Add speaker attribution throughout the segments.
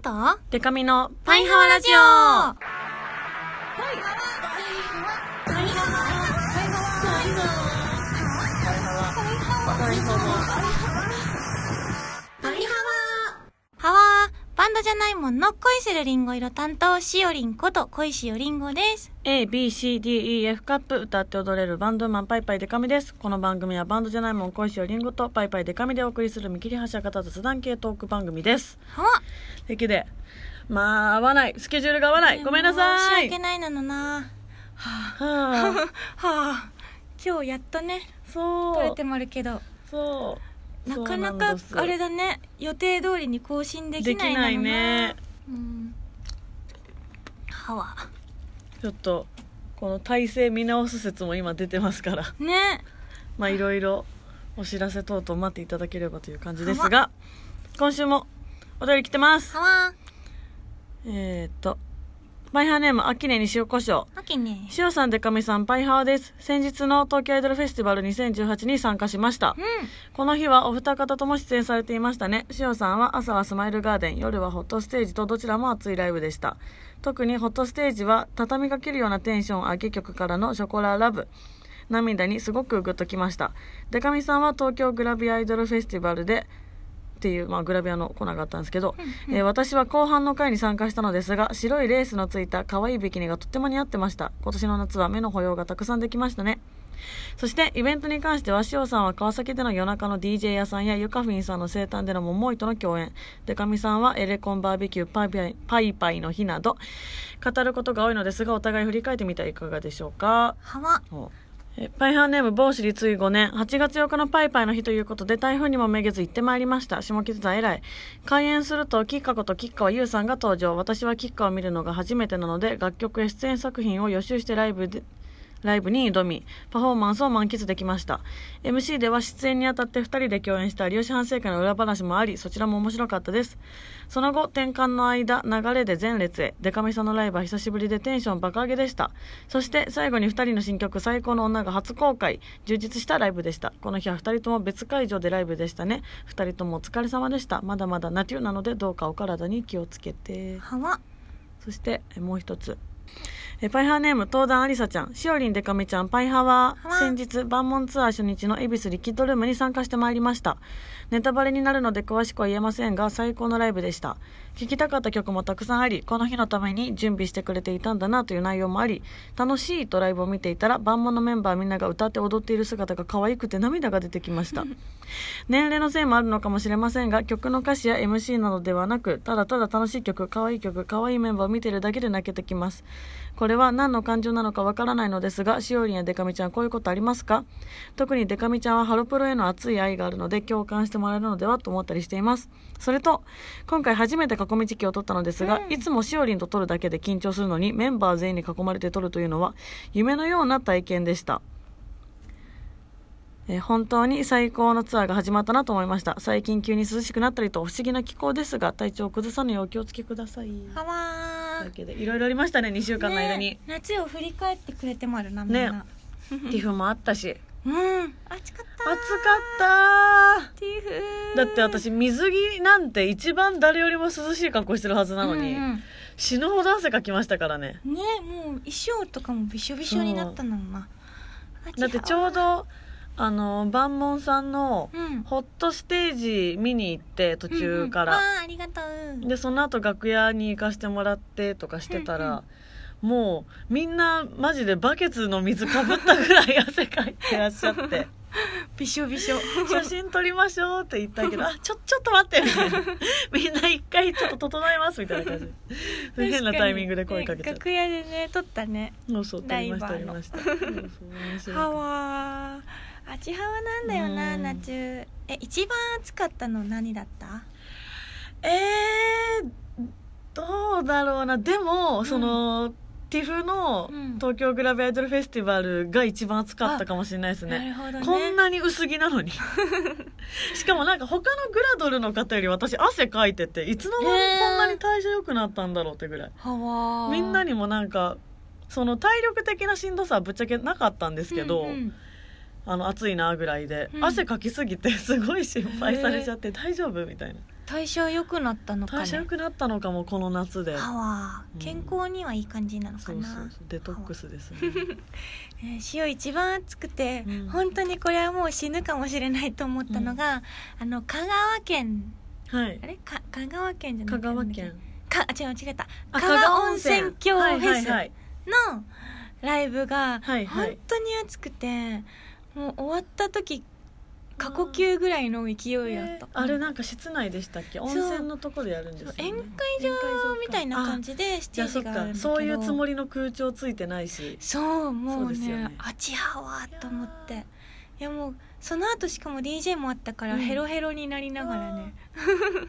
Speaker 1: と
Speaker 2: デカミの
Speaker 1: パ
Speaker 2: パ
Speaker 1: イ
Speaker 2: イ
Speaker 1: ハ
Speaker 2: ハ
Speaker 1: ワ
Speaker 2: ワ
Speaker 1: ラ
Speaker 2: ラ
Speaker 1: ジ
Speaker 2: ジ
Speaker 1: オ
Speaker 2: オ
Speaker 1: パワーバンドじゃないもんの恋するりんご色担当しおりんこと恋しおりんごです
Speaker 2: A, B, C, D, E, F カップ歌って踊れるバンドマンパイパイデカミです。この番組はバンドじゃないもん恋しよりんごとパイパイデカミでお送りする見切り発車型雑談系トーク番組です。
Speaker 1: はわ
Speaker 2: できで、まあ合わない。スケジュールが合わない。ごめんなさ
Speaker 1: 申し
Speaker 2: い。
Speaker 1: 訳ないなのな
Speaker 2: はあ、
Speaker 1: はあ今日やっとね
Speaker 2: そう。
Speaker 1: 取れてもあるけど
Speaker 2: そう。
Speaker 1: なか
Speaker 2: そ
Speaker 1: な
Speaker 2: う
Speaker 1: か
Speaker 2: んです
Speaker 1: あれだね予定通りに更新でき
Speaker 2: で
Speaker 1: ない
Speaker 2: き
Speaker 1: なのな
Speaker 2: ないね。
Speaker 1: うんはわ
Speaker 2: ちょっと、この体制見直す説も今出てますから。
Speaker 1: ね
Speaker 2: まあいろいろお知らせ等々待っていただければという感じですが、今週もお便り来てます。
Speaker 1: はわ
Speaker 2: えー、っと、パイハーネーム、あきねに塩胡椒。
Speaker 1: 秋ね
Speaker 2: 塩さん、でかみさん、パイハーです。先日の東京アイドルフェスティバル2018に参加しました
Speaker 1: う。ん
Speaker 2: この日はお二方とも出演されていましたね。塩さんは朝はスマイルガーデン、夜はホットステージとどちらも熱いライブでした。特にホットステージは畳みかけるようなテンション上げ曲からのショコララブ。涙にすごくグッときました。でかみさんは東京グラビアアイドルフェスティバルでっていう、まあ、グラビアのコーナーがあったんですけど、えー私は後半の回に参加したのですが白いレースのついた可愛いビキニがとっても似合ってました今年の夏は目の保養がたくさんできましたねそしてイベントに関しては塩さんは川崎での夜中の DJ 屋さんやゆかふんさんの生誕での桃井との共演でかみさんはエレコンバーベキューパイパイパイパイの日など語ることが多いのですがお互い振り返ってみてはいかがでしょうか
Speaker 1: はわ
Speaker 2: えパイハーネーム某市立5年8月8日のパイパイの日ということで台風にもめげず行ってまいりました下北沢以来開演すると吉川こと吉川優さんが登場私は吉川を見るのが初めてなので楽曲や出演作品を予習してライブでライブに挑みパフォーマンスを満喫できました MC では出演にあたって2人で共演した有吉反省会の裏話もありそちらも面白かったですその後転換の間流れで前列へデカミさんのライブは久しぶりでテンション爆上げでしたそして最後に2人の新曲「最高の女」が初公開充実したライブでしたこの日は2人とも別会場でライブでしたね2人ともお疲れ様でしたまだまだナテューなのでどうかお体に気をつけて
Speaker 1: はわ
Speaker 2: そしてえもう一つえパイハーネーム東壇ありさちゃんしおりんでかみちゃんパイハは
Speaker 1: は
Speaker 2: 先日万門ツアー初日の恵比寿リキッドルームに参加してまいりましたネタバレになるので詳しくは言えませんが最高のライブでした聴きたかった曲もたくさんありこの日のために準備してくれていたんだなという内容もあり楽しいとライブを見ていたら万門のメンバーみんなが歌って踊っている姿が可愛くて涙が出てきました年齢のせいもあるのかもしれませんが曲の歌詞や MC などではなくただただ楽しい曲可愛い曲可愛いメンバーを見てるだけで泣けてきますこれは何の感情なのかわからないのですがしおりんやでかみちゃんこういうことありますか特にでかみちゃんはハロプロへの熱い愛があるので共感してもらえるのではと思ったりしていますそれと今回初めて囲み時期を取ったのですが、いつもしおりんと撮るだけで緊張するのにメンバー全員に囲まれて撮るというのは夢のような体験でしたえー本当に最高のツアーが始まったなと思いました最近急に涼しくなったりと不思議な気候ですが体調を崩さぬようお気をつけください
Speaker 1: はわ
Speaker 2: というわけでいろいろありましたね2週間の間に
Speaker 1: ね、夏を振り返ってくれてもあるなみん
Speaker 2: ね
Speaker 1: な、
Speaker 2: ティフもあったし
Speaker 1: うん暑かった
Speaker 2: 暑かっ
Speaker 1: っていう風
Speaker 2: ただって私水着なんて一番誰よりも涼しい格好してるはずなのに、
Speaker 1: うん
Speaker 2: 死ぬほど汗かきましたからね
Speaker 1: うんねもう衣装とかもびしょびしょになったのもな
Speaker 2: だってちょうどあの万門さんの
Speaker 1: うん
Speaker 2: ホットステージ見に行って途中から、
Speaker 1: うんうんあーありがとう
Speaker 2: でその後楽屋に行かしてもらってとかしてた
Speaker 1: うんう
Speaker 2: ら、もうみんなマジでバケツの水かぶったぐらい汗かいてらっしゃって
Speaker 1: びしょびし ょ
Speaker 2: 写真撮りましょうって言ったけど「あちょちょっと待って」みたいな「みんな一回ちょっと整えます」みたいな感じで変なタイミングで声かけちゃっ
Speaker 1: ね楽
Speaker 2: て
Speaker 1: 屋でね撮ったね
Speaker 2: そうそう撮りました撮
Speaker 1: ライ
Speaker 2: り
Speaker 1: バーの
Speaker 2: ましたそうそう面白
Speaker 1: ハ
Speaker 2: かっ
Speaker 1: ワーあちハワなんだよな
Speaker 2: うん
Speaker 1: 夏え一番暑かったの何だった
Speaker 2: たえー、どうだろうなでも、
Speaker 1: ん
Speaker 2: そのティフの
Speaker 1: うん
Speaker 2: 東京グラビアアイドルフェスティバルが一番暑かったかもしれないですね
Speaker 1: なるほどね
Speaker 2: こんなに薄着な のにしかもなんか他のグラドルの方より私汗かいてていつの間にこんなに代謝良くなったんだろうってぐらい、
Speaker 1: ハワー
Speaker 2: みんなにもなんかその体力的なしんどさはぶっちゃけなかったんですけど、
Speaker 1: うんうん
Speaker 2: あの暑いなぐらいで、
Speaker 1: うん
Speaker 2: 汗かきすぎてすごい心配されちゃって大丈夫みたいな
Speaker 1: 代謝良くなったのかね
Speaker 2: 代謝良くなったのかもこの夏で
Speaker 1: あわ
Speaker 2: うん
Speaker 1: 健康にはいい感じなのか
Speaker 2: そうそう
Speaker 1: な、
Speaker 2: そうデトックスですね
Speaker 1: えー塩一番暑くて、
Speaker 2: うん
Speaker 1: 本当にこれはもう死ぬかもしれないと思ったのが、あの香川県
Speaker 2: はい
Speaker 1: あれか香川県じゃな
Speaker 2: 香
Speaker 1: くて
Speaker 2: 川県
Speaker 1: かあ違う違った
Speaker 2: あ
Speaker 1: 香川温泉郷フ
Speaker 2: はいは
Speaker 1: ェ
Speaker 2: い
Speaker 1: ス
Speaker 2: はい
Speaker 1: のライブが
Speaker 2: はい
Speaker 1: 本
Speaker 2: はい
Speaker 1: 当に暑くてもう終わった時過呼吸ぐらいの勢いやった、
Speaker 2: えーあれなんか室内でしたっけ温泉のとこでやるんですよ、ね、
Speaker 1: 宴会
Speaker 2: 場
Speaker 1: みたいな感
Speaker 2: じ
Speaker 1: じでス
Speaker 2: じ
Speaker 1: テー
Speaker 2: ゃあ
Speaker 1: ジ
Speaker 2: そっ
Speaker 1: があるんだけ
Speaker 2: か
Speaker 1: ど
Speaker 2: そういうつもりの空調ついてないし
Speaker 1: そうも
Speaker 2: そううですよ
Speaker 1: ね
Speaker 2: ね
Speaker 1: あちはわと思っていやもうその後しかも DJ もあったから
Speaker 2: うん
Speaker 1: ヘロヘロになりながらね、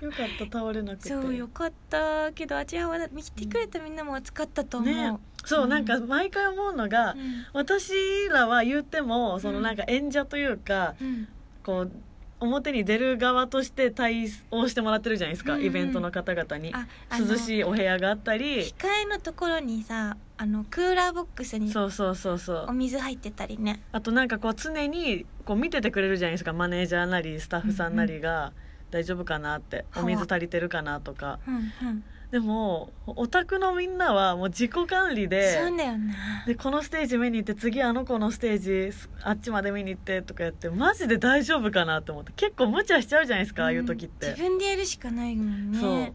Speaker 2: よかった倒れなくて
Speaker 1: そうよかったけどあちはわ見てくれたみんなも暑かったと思う、
Speaker 2: ねそう、
Speaker 1: うん
Speaker 2: なんか毎回思うのが、
Speaker 1: うん
Speaker 2: 私らは言ってもそうの
Speaker 1: ん
Speaker 2: なんか演者というか、
Speaker 1: うん
Speaker 2: こう表に出る側として対応してもらってるじゃないですか、
Speaker 1: うんうん
Speaker 2: イベントの方々に
Speaker 1: ああの
Speaker 2: 涼しいお部屋があったり
Speaker 1: 控えのところにさあのクーラーボックスに
Speaker 2: そうそうそうそ
Speaker 1: お
Speaker 2: う
Speaker 1: 水入ってたりね
Speaker 2: あとなんかこう常にこう見ててくれるじゃないですかマネージャーなりスタッフさんなりが、大丈夫かなってお水足りてるかなとか
Speaker 1: うんうん
Speaker 2: でもオタクのみんなはもう自己管理で
Speaker 1: そうだよな
Speaker 2: でこのステージ見に行って次あの子のステージすあっちまで見に行ってとかやってマジで大丈夫かなと思って結構無茶しちゃうじゃないですか、ああいう時っ
Speaker 1: ん
Speaker 2: て
Speaker 1: 自、分でやるしかないもんね
Speaker 2: そう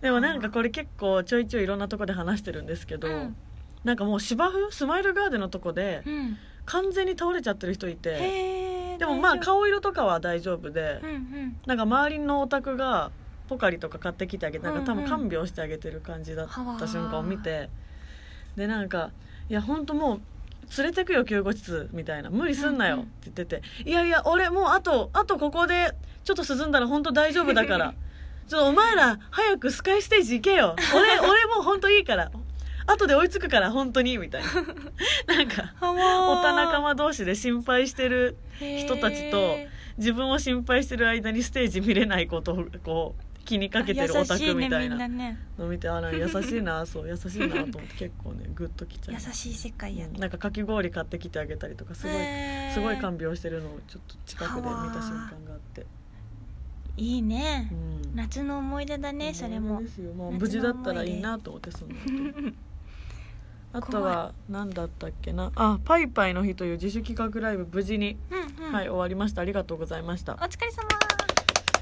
Speaker 2: でもなんかこれ結構ちょいちょいいろんなとこで話してるんですけど、
Speaker 1: うん
Speaker 2: なんかもう芝生スマイルガーデンのとこで
Speaker 1: うん
Speaker 2: 完全に倒れちゃってる人いて
Speaker 1: へえ
Speaker 2: でもまあ顔色とかは大丈夫で、
Speaker 1: うんうん
Speaker 2: なんか周りのお宅がポカリとか買ってきてあげてなんか
Speaker 1: う
Speaker 2: 多
Speaker 1: ん
Speaker 2: 分
Speaker 1: うん
Speaker 2: 看病してあげてる感じだっ
Speaker 1: はわ
Speaker 2: た瞬間を見てでなんか「いや本当もう連れてくよ救護室」みたいな「無理すんな
Speaker 1: うん
Speaker 2: よ」
Speaker 1: う
Speaker 2: っ
Speaker 1: ん
Speaker 2: て言ってて「いやいや俺もうあとあとここでちょっと涼んだら本当大丈夫だ からちょっとお前ら早くスカイステージ行けよ 俺俺もう本当いいから後で追いつくから本当に」みたいななん か
Speaker 1: は
Speaker 2: おた仲
Speaker 1: わ
Speaker 2: 間同士で心配してる人たちと自分を心配してる間にステージ見れないことをこう気にかけてるオタクみたい
Speaker 1: 優しいねみんな
Speaker 2: な
Speaker 1: ね
Speaker 2: の見てあら優しい なそう優しいなと思って結構ねグッときちゃ
Speaker 1: 優
Speaker 2: います
Speaker 1: しい世界や
Speaker 2: うんなんかかき氷買ってきてあげたりとかすごい
Speaker 1: へー
Speaker 2: すごい看病してるのをちょっと近くで見た瞬間があって、
Speaker 1: いいね
Speaker 2: うん、
Speaker 1: 夏の思い出だねそれ
Speaker 2: 思
Speaker 1: も
Speaker 2: い出ですよ、まあ、
Speaker 1: 夏の
Speaker 2: 無事だったらいいなと思ってその後 あとは何だったっけなあ「パイパイの日」という自主企画ライブ無事に、
Speaker 1: うんうん
Speaker 2: はい終わりましたありがとうございまし
Speaker 1: お
Speaker 2: た
Speaker 1: 疲れ様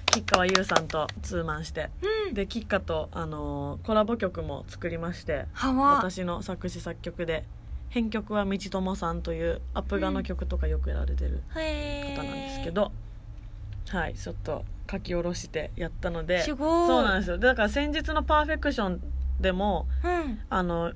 Speaker 2: 吉川優さんとツーマンして
Speaker 1: うん
Speaker 2: で吉歌と、あのーコラボ曲も作りまして
Speaker 1: はわ
Speaker 2: 私の作詞作曲で編曲は道友さんというアップガの曲とかよくやられてる
Speaker 1: へえ
Speaker 2: 方なんですけど、はいちょっと書き下ろしてやったのです
Speaker 1: ごい
Speaker 2: そうなんですよでだから先日の「パーフェクション」でも
Speaker 1: うん
Speaker 2: あの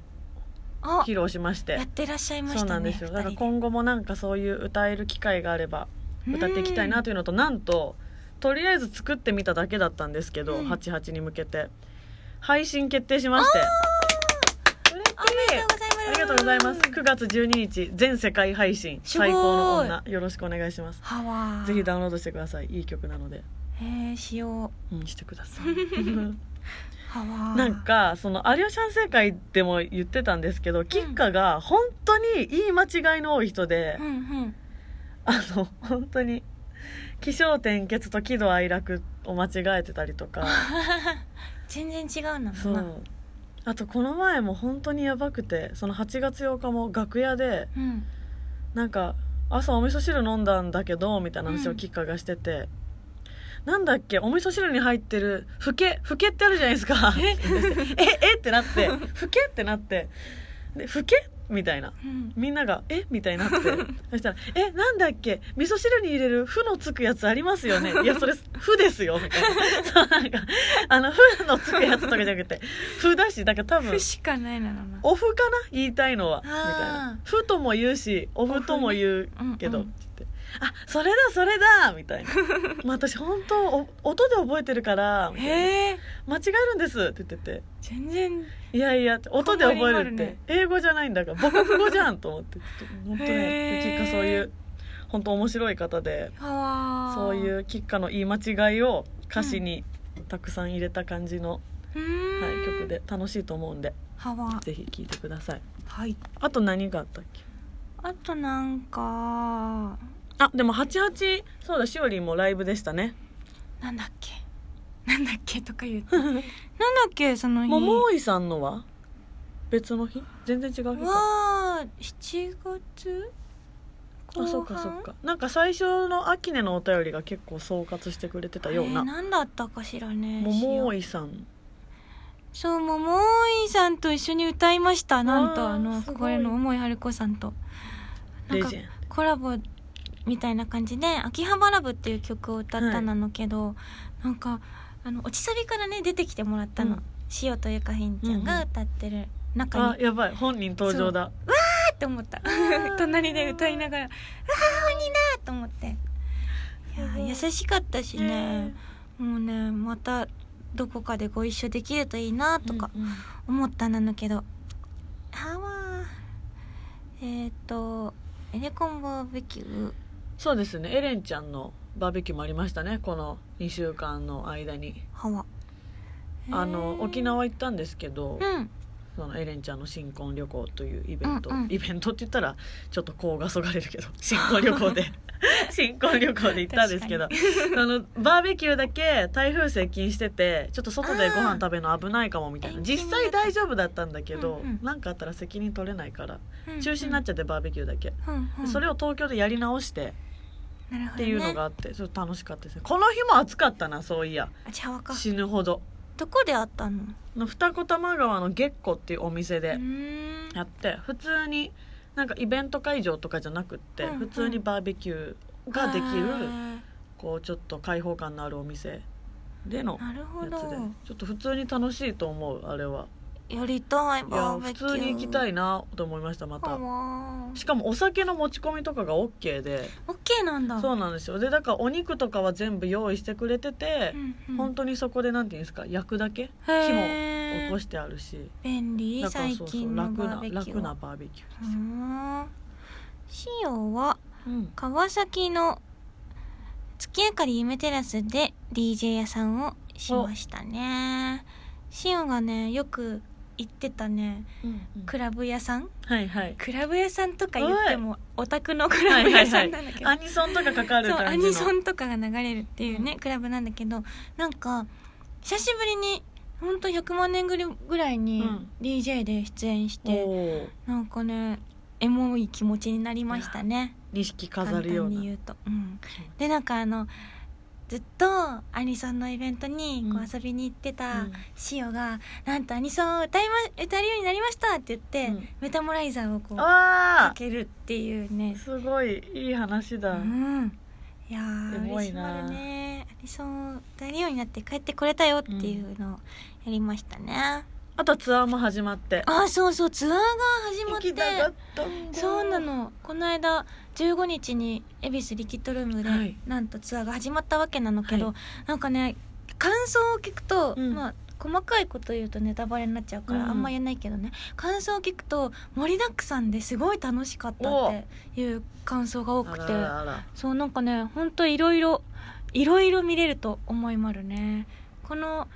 Speaker 1: あ
Speaker 2: 披露しまして
Speaker 1: やってらっしゃいましたね
Speaker 2: そうなんですよだか
Speaker 1: 二人
Speaker 2: ら
Speaker 1: で
Speaker 2: 今後もなんかそういう歌える機会があれば歌っていきたいなというのとなんととりあえず作ってみただけだったんですけど、
Speaker 1: うん
Speaker 2: 88に向けて配信決定しまして
Speaker 1: おめでとうご
Speaker 2: 嬉しいありがとうご
Speaker 1: ざ
Speaker 2: ざ
Speaker 1: い
Speaker 2: い
Speaker 1: ま
Speaker 2: ますす9月12日全世界配信
Speaker 1: すごい
Speaker 2: 最高の女よろしくお願いします
Speaker 1: はわ
Speaker 2: ぜひダウンロードしてくださいいい曲なので、
Speaker 1: へーしよ
Speaker 2: うん、してくださ い
Speaker 1: うはわ
Speaker 2: なんかその「有吉反省会」でも言ってたんですけど吉歌が本当に言い間違いの多い人で、
Speaker 1: うんうん
Speaker 2: あの本当に起承転結と喜怒哀楽を間違えてたりとか
Speaker 1: 全然違うの
Speaker 2: そ
Speaker 1: な
Speaker 2: うあとこの前も本当にやばくてその8月8日も楽屋で
Speaker 1: うん
Speaker 2: なんか朝お味噌汁飲んだんだけどみたいな話
Speaker 1: う
Speaker 2: を
Speaker 1: ん
Speaker 2: きっかがしてて、なんだっけお味噌汁に入ってるふけふけってあるじゃないですかえ ええってなってふけってなってでふけみたいな
Speaker 1: うん
Speaker 2: みんなが「えみたいになって そしたら「えなんだっけ味噌汁に入れる「ふ」のつくやつあります よねいやそれ「ふ」ですよ」みたいなそうなんかあの「ふ」のつくやつとかじゃなくて「ふ」だしだから多分
Speaker 1: 不しかないなのな
Speaker 2: オフかな言いたいのは
Speaker 1: あー
Speaker 2: みたいな「ふ」とも言うし「オフ」とも言
Speaker 1: オフね
Speaker 2: うけど、
Speaker 1: うんうん
Speaker 2: って言ってあそれだそれだ」みたいな「まあ、私本当お音で覚えてるから」みたいな
Speaker 1: へえ
Speaker 2: 「間違えるんです」って言ってて
Speaker 1: 全然
Speaker 2: いやいや音で覚える
Speaker 1: 困
Speaker 2: っ
Speaker 1: り
Speaker 2: て、
Speaker 1: もあるね
Speaker 2: 英語じゃないんだから 母国語じゃんと思ってちょっと本当
Speaker 1: へ
Speaker 2: ね
Speaker 1: ー
Speaker 2: 吉川そういう本当面白い方で
Speaker 1: はわ
Speaker 2: そういうう吉川の言い間違いを歌詞にたくさん入れた感じの、
Speaker 1: ーん
Speaker 2: はい、曲で楽しいと思うんで
Speaker 1: はわ
Speaker 2: ぜひ聴いてください
Speaker 1: はい
Speaker 2: あと何があったっけ
Speaker 1: あとなんか
Speaker 2: あでも88そうだしおりんもライブでしたね
Speaker 1: なんだっけなんだっけとか言ってなんだっけその日
Speaker 2: 桃井さんのは別の日全然違う日か
Speaker 1: は7月後半
Speaker 2: あそっかそっかなんか最初の秋音のお便りが結構総括してくれてたよう
Speaker 1: あれ
Speaker 2: な
Speaker 1: 何だったかしらね
Speaker 2: 桃井さん
Speaker 1: そう桃井さんと一緒に歌いましたなんと
Speaker 2: あー
Speaker 1: あの
Speaker 2: すごい
Speaker 1: 憧れの桃井春子さんとなん
Speaker 2: レ
Speaker 1: か
Speaker 2: ジェン
Speaker 1: コラボみたいな感じで「秋葉原部」っていう曲を歌ったなのけど、なんかあの落ちサビからね出てきてもらったの、
Speaker 2: うん
Speaker 1: 塩とゆかひんちゃんが歌ってる中に、
Speaker 2: あやばい本人登場だ
Speaker 1: って思った
Speaker 2: ー
Speaker 1: 隣で歌いながら「ああ鬼だ!」と思っていや
Speaker 2: すごい
Speaker 1: ー優しかったしね、もうねまたどこかでご一緒できるといいなとか
Speaker 2: うんうん
Speaker 1: 思ったなのけど、あわーえっ、とエレコンバーベキュー
Speaker 2: そうですねエレンちゃんのバーベキューもありましたねこの2週間の間に
Speaker 1: ハワ
Speaker 2: あの
Speaker 1: へー
Speaker 2: 沖縄行ったんですけど、
Speaker 1: うん
Speaker 2: そのエレンちゃんの新婚旅行というイベント、
Speaker 1: うんうん
Speaker 2: イベントって言ったらちょっと顔がそがれるけど 新婚旅行で 新婚旅行で行ったんですけどあのバーベキューだけ台風接近しててちょっと外でご飯食べるの危ないかもみたい
Speaker 1: あ
Speaker 2: な
Speaker 1: ー
Speaker 2: 実際大丈夫だったんだけ
Speaker 1: う
Speaker 2: ど
Speaker 1: んうん
Speaker 2: なんかあったら責任取れないから中止になっ
Speaker 1: ち
Speaker 2: ちゃってバーベキューだけ、
Speaker 1: ゃうんうん、
Speaker 2: それ
Speaker 1: を
Speaker 2: を東京でやり直して
Speaker 1: っ
Speaker 2: っていうのがあってちょっと楽しかったですねこの日も暑かったなそういや
Speaker 1: あじゃあわか
Speaker 2: 死ぬほど
Speaker 1: どこであったの
Speaker 2: の二子玉川の月光っていうお店
Speaker 1: う
Speaker 2: で
Speaker 1: ーん
Speaker 2: やって普通になんかイベント会場とかじゃなくって、
Speaker 1: うんうん
Speaker 2: 普通にバーベキューができる
Speaker 1: あ
Speaker 2: こうちょっと開放感のあるお店での
Speaker 1: ーなるほ
Speaker 2: やつで
Speaker 1: ど
Speaker 2: ちょっと普通に楽しいと思うあれは
Speaker 1: やりたい
Speaker 2: いや
Speaker 1: バーベ
Speaker 2: 普
Speaker 1: キュー
Speaker 2: 通に行きたいなと思いましたまた
Speaker 1: わ
Speaker 2: しかもお酒の持ち込みとかが OK で
Speaker 1: オッケーなんだ、
Speaker 2: そううなんですよでだからお肉とかは全部用意してくれてて、
Speaker 1: んうん、
Speaker 2: 本当にそこでなんていうんですか焼くだけ火も
Speaker 1: へ
Speaker 2: 起
Speaker 1: ー
Speaker 2: こしてあるし
Speaker 1: 便利
Speaker 2: だから
Speaker 1: 最
Speaker 2: そうそう
Speaker 1: 近の
Speaker 2: 楽
Speaker 1: バ
Speaker 2: な
Speaker 1: ーベキュー
Speaker 2: 楽なバーベキュー
Speaker 1: う
Speaker 2: です
Speaker 1: ー
Speaker 2: よ、
Speaker 1: ん塩は
Speaker 2: うん
Speaker 1: 川崎の月明かり夢テラスで DJ 屋さんをしましたね塩がねよく行ってたねクラブ屋さん
Speaker 2: はいはい
Speaker 1: クラブ屋さんとか言ってもオタクのクラブ
Speaker 2: はいはいは
Speaker 1: 屋
Speaker 2: い
Speaker 1: さんなんだけど、
Speaker 2: アニソンとかかかる
Speaker 1: そうア
Speaker 2: 感じの
Speaker 1: ニソンとかが流れるっていうね、クラブなんだけどなんか久しぶりにほんと100万年ぐらいに
Speaker 2: うん
Speaker 1: DJ で出演して、
Speaker 2: おー
Speaker 1: なんかねエモい気持ちになりましたね
Speaker 2: 錦
Speaker 1: 簡
Speaker 2: 飾
Speaker 1: 単
Speaker 2: るよう
Speaker 1: に
Speaker 2: な
Speaker 1: 言うと、うん、でなんかあのずっとアニソンのイベントにこ
Speaker 2: う
Speaker 1: うん遊びに行ってた
Speaker 2: うん
Speaker 1: シオが、なんとアニソンを歌い、ま、歌えるようになりましたって言って、
Speaker 2: うん
Speaker 1: メタモライザーをこうか
Speaker 2: あ
Speaker 1: けるっていうね
Speaker 2: ーすごいいい話
Speaker 1: う
Speaker 2: だ、
Speaker 1: んいやー
Speaker 2: エモ
Speaker 1: 嬉
Speaker 2: い
Speaker 1: し
Speaker 2: な
Speaker 1: まるねアニソンを歌えるようになって帰ってこれたよっていうのをやりましたね、
Speaker 2: あとツアーも始まって
Speaker 1: ああそうそうツアーが始ま
Speaker 2: 行
Speaker 1: って
Speaker 2: きたかったんだ
Speaker 1: そうなのこの間15日に恵比寿リキッドルームで、
Speaker 2: はい
Speaker 1: なんとツアーが始まったわけなのけど、
Speaker 2: はい
Speaker 1: なんかね感想を聞くと、
Speaker 2: うん
Speaker 1: まあ細かいこと言うとネタバレになっちゃうから、
Speaker 2: うん
Speaker 1: あんま言えないけどね感想を聞くと盛りだくさんですごい楽しかったっていう感想が多
Speaker 2: あ
Speaker 1: く
Speaker 2: ら
Speaker 1: て
Speaker 2: あら
Speaker 1: そうなんかねほんといろいろいろいろ見れると思いまるねこの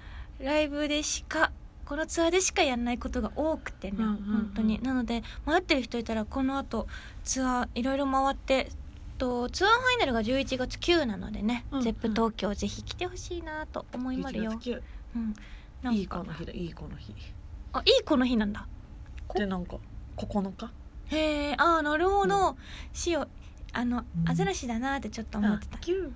Speaker 1: ライブでしかこのツアーでしかやんないことが多くてね、
Speaker 2: うんうんうん
Speaker 1: 本当になので迷ってる人いたらこのあとツアーいろいろ回ってとツアーファイナルが11月9なのでね、
Speaker 2: うんうん
Speaker 1: ゼップ東京ぜひ来てほしいなと思いまるよ
Speaker 2: 1、月
Speaker 1: うん、な
Speaker 2: 9
Speaker 1: ん
Speaker 2: いい子
Speaker 1: か
Speaker 2: の日だいい子の日
Speaker 1: あいい子の日なんだこ
Speaker 2: でなんか9日
Speaker 1: へえああなるほど、しおあのアザラシだなってちょっと思ってた
Speaker 2: あ9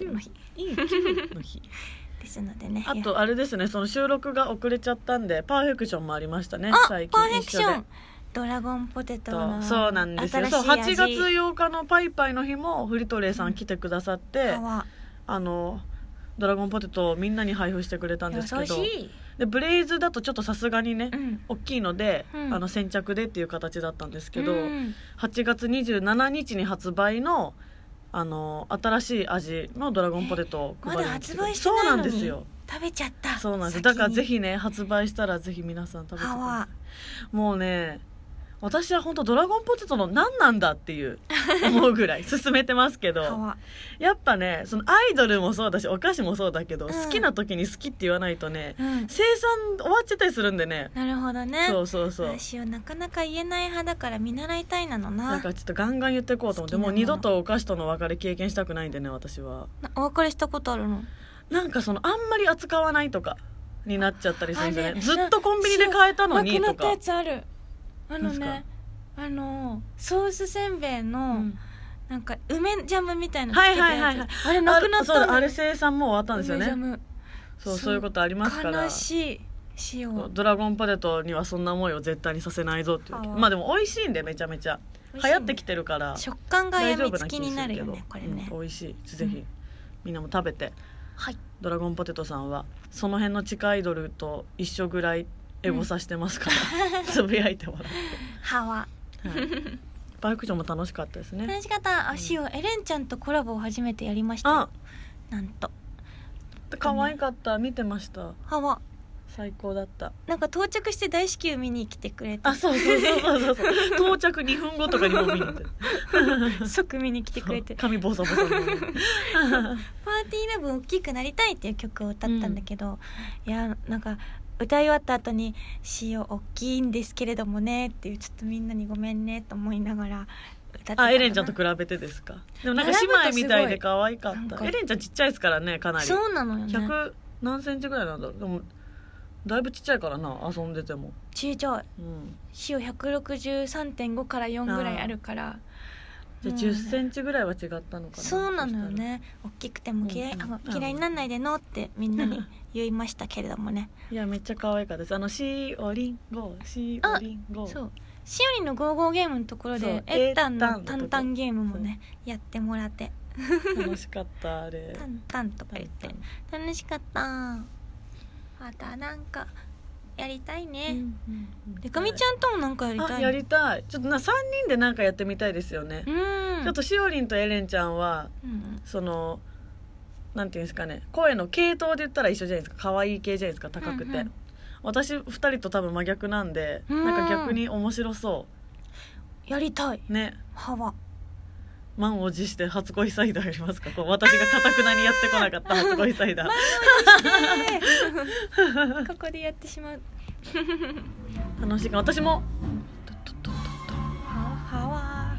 Speaker 1: 9の日
Speaker 2: いい9の日
Speaker 1: ですのでね
Speaker 2: あとあれですねその収録が遅れちゃったんでパーフェクションもありましたね
Speaker 1: あ
Speaker 2: 最
Speaker 1: パーフェ
Speaker 2: 近
Speaker 1: ク
Speaker 2: 一
Speaker 1: シ
Speaker 2: 緒で
Speaker 1: ョンドラゴンポテトの
Speaker 2: そうなんですよ
Speaker 1: 新し
Speaker 2: そう
Speaker 1: い味
Speaker 2: 8月8日の「パイパイ」の日もフリトレイさん来てくださって、
Speaker 1: は
Speaker 2: あのドラゴンポテトをみんなに配布してくれたん
Speaker 1: 優
Speaker 2: ですけど
Speaker 1: しい、
Speaker 2: でブレイズだとちょっとさすがにね、
Speaker 1: うん、
Speaker 2: 大きいので、
Speaker 1: うん
Speaker 2: あの先着でっていう形だったんですけど、
Speaker 1: うん
Speaker 2: 8月27日に発売のあの新しい味のドラゴンポテトを
Speaker 1: ま
Speaker 2: 配
Speaker 1: だ
Speaker 2: るんです
Speaker 1: 発
Speaker 2: けど
Speaker 1: 売して
Speaker 2: そう
Speaker 1: な
Speaker 2: ないん
Speaker 1: の
Speaker 2: で
Speaker 1: に
Speaker 2: すよ
Speaker 1: 食べちゃった
Speaker 2: そうなんです
Speaker 1: 先
Speaker 2: だ
Speaker 1: に
Speaker 2: からぜひね発売したらぜひ皆さん食べてくだ
Speaker 1: 歯
Speaker 2: さ
Speaker 1: はい
Speaker 2: もうね私は本当ドラゴンポテトの何なんだっていう思うぐらい勧めてますけ
Speaker 1: 歯
Speaker 2: ど
Speaker 1: は
Speaker 2: やっぱねそのアイドルもそうだしお菓子もそうだけど、
Speaker 1: うん
Speaker 2: 好きな時に好きって言わないとね
Speaker 1: うん
Speaker 2: 生産終わっちゃったりするんでね
Speaker 1: なるほどね
Speaker 2: そうそうそう
Speaker 1: 私はなかなか言えない派だから見習いたいなの
Speaker 2: だ
Speaker 1: な
Speaker 2: からちょっとガンガン言っていこうと思って
Speaker 1: 好き
Speaker 2: も
Speaker 1: なも
Speaker 2: う
Speaker 1: の
Speaker 2: 二度とお菓子との別れ経験したくないんでね私は
Speaker 1: なお別れしたことあるの
Speaker 2: なんかそのあんまり扱わないとかになっちゃったりするんじゃな
Speaker 1: あれ
Speaker 2: いずっとコンビニで買えたのに
Speaker 1: な
Speaker 2: と
Speaker 1: くな
Speaker 2: か
Speaker 1: ったやつあるあの
Speaker 2: なん
Speaker 1: ね
Speaker 2: す
Speaker 1: あのソースせんべいうの、
Speaker 2: ん
Speaker 1: なんか梅ジャムみたいなのつけた
Speaker 2: はいはいはい
Speaker 1: や
Speaker 2: はい
Speaker 1: つあれなくなったんだ
Speaker 2: あそうだあれ生産もう終わったんですよ
Speaker 1: 梅ジャ
Speaker 2: ね
Speaker 1: ム
Speaker 2: そう
Speaker 1: そう
Speaker 2: そういうことありますから
Speaker 1: 悲しい塩
Speaker 2: こうドラゴンポテトにはそんな思いを絶対にさせないぞっていう
Speaker 1: あー
Speaker 2: まあでも美味しいんでめちゃめちゃ
Speaker 1: 美味し
Speaker 2: 流
Speaker 1: いね
Speaker 2: 行ってきてるから
Speaker 1: 食感が
Speaker 2: 大
Speaker 1: や
Speaker 2: 丈
Speaker 1: み
Speaker 2: 夫
Speaker 1: つ
Speaker 2: な気
Speaker 1: きに
Speaker 2: するけど
Speaker 1: なるよねこれね、
Speaker 2: うん美味しいぜひ、
Speaker 1: うん
Speaker 2: みんなも食べて
Speaker 1: はい
Speaker 2: ドラゴンポテトさんはその辺の地下アイドルと一緒ぐらいエゴさしてます から、つぶやいてもらっ
Speaker 1: 歯は
Speaker 2: て、はい、バイク場も楽しかったですね
Speaker 1: 楽しかったあ塩エレンちゃんとコラボを初めてやりましたよ
Speaker 2: あ
Speaker 1: なんと
Speaker 2: 可愛かった見てました
Speaker 1: 歯は
Speaker 2: 最高だった
Speaker 1: なんか到着して大至急見に来てくれて
Speaker 2: あそうそうそうそうそうそう 到着2分後とかにもう見に行って
Speaker 1: 即見に来てくれ
Speaker 2: そ
Speaker 1: て
Speaker 2: う髪ボサボサに
Speaker 1: 「パーティーラブ大きくなりたい」っていう曲を歌ったんだけど、いやなんか歌い終わった後に「塩大きいんですけれどもね」っていうちょっとみんなに「ごめんね」と思いながら歌ってたかな
Speaker 2: あエレンちゃんと比べてですかでもなんか姉妹みたいで可愛かっ
Speaker 1: なん
Speaker 2: た
Speaker 1: か
Speaker 2: エレンちゃんちっちゃいですからねかなり
Speaker 1: そうなのよね
Speaker 2: 100何センチぐらいなんだろうでもだいぶちっちゃいからな遊んでても、
Speaker 1: ちいちゃい
Speaker 2: うん、
Speaker 1: 塩163.5から4ぐらいあるから
Speaker 2: じゃあ
Speaker 1: もう
Speaker 2: 1 0ンチぐらいは違ったのかな
Speaker 1: そうなのよね大きくても嫌い,、
Speaker 2: うんうん
Speaker 1: あ嫌いになんないでのってみんなに言いましたけれども ね
Speaker 2: そしたらいやめっちゃ可愛かったですあの「しおりんごしおりんご」
Speaker 1: そうしおりのゴーゴーゲームのところ
Speaker 2: そう
Speaker 1: でエッタン
Speaker 2: エ
Speaker 1: のタ
Speaker 2: ッタンのとこ
Speaker 1: ンタンゲームもねやってもらって
Speaker 2: 楽しかったあれ
Speaker 1: タンタンとか言って楽しかったまたなんかやりたいねでかみち
Speaker 2: ん
Speaker 1: ゃんともなんかやりた
Speaker 2: あ
Speaker 1: い
Speaker 2: やりたいちょっとな3人でなんかやってみたいですよね
Speaker 1: う、ん
Speaker 2: ちょっとしおりんとエレンちゃんは
Speaker 1: うん
Speaker 2: そのなんていうんですかね声の系統で言ったら一緒じゃないですか可愛い系じゃないですか高くて、
Speaker 1: うんうん
Speaker 2: 私2人と多分真逆なんで
Speaker 1: うん
Speaker 2: なんか逆に面白そ
Speaker 1: やりたいう
Speaker 2: ね
Speaker 1: 歯 は
Speaker 2: 満を持して初恋サイダーやりますかこう私がかたくなにやってこなかった初恋サ イダー
Speaker 1: ここでやってしまう
Speaker 2: 楽しいか私も ととと
Speaker 1: 歯は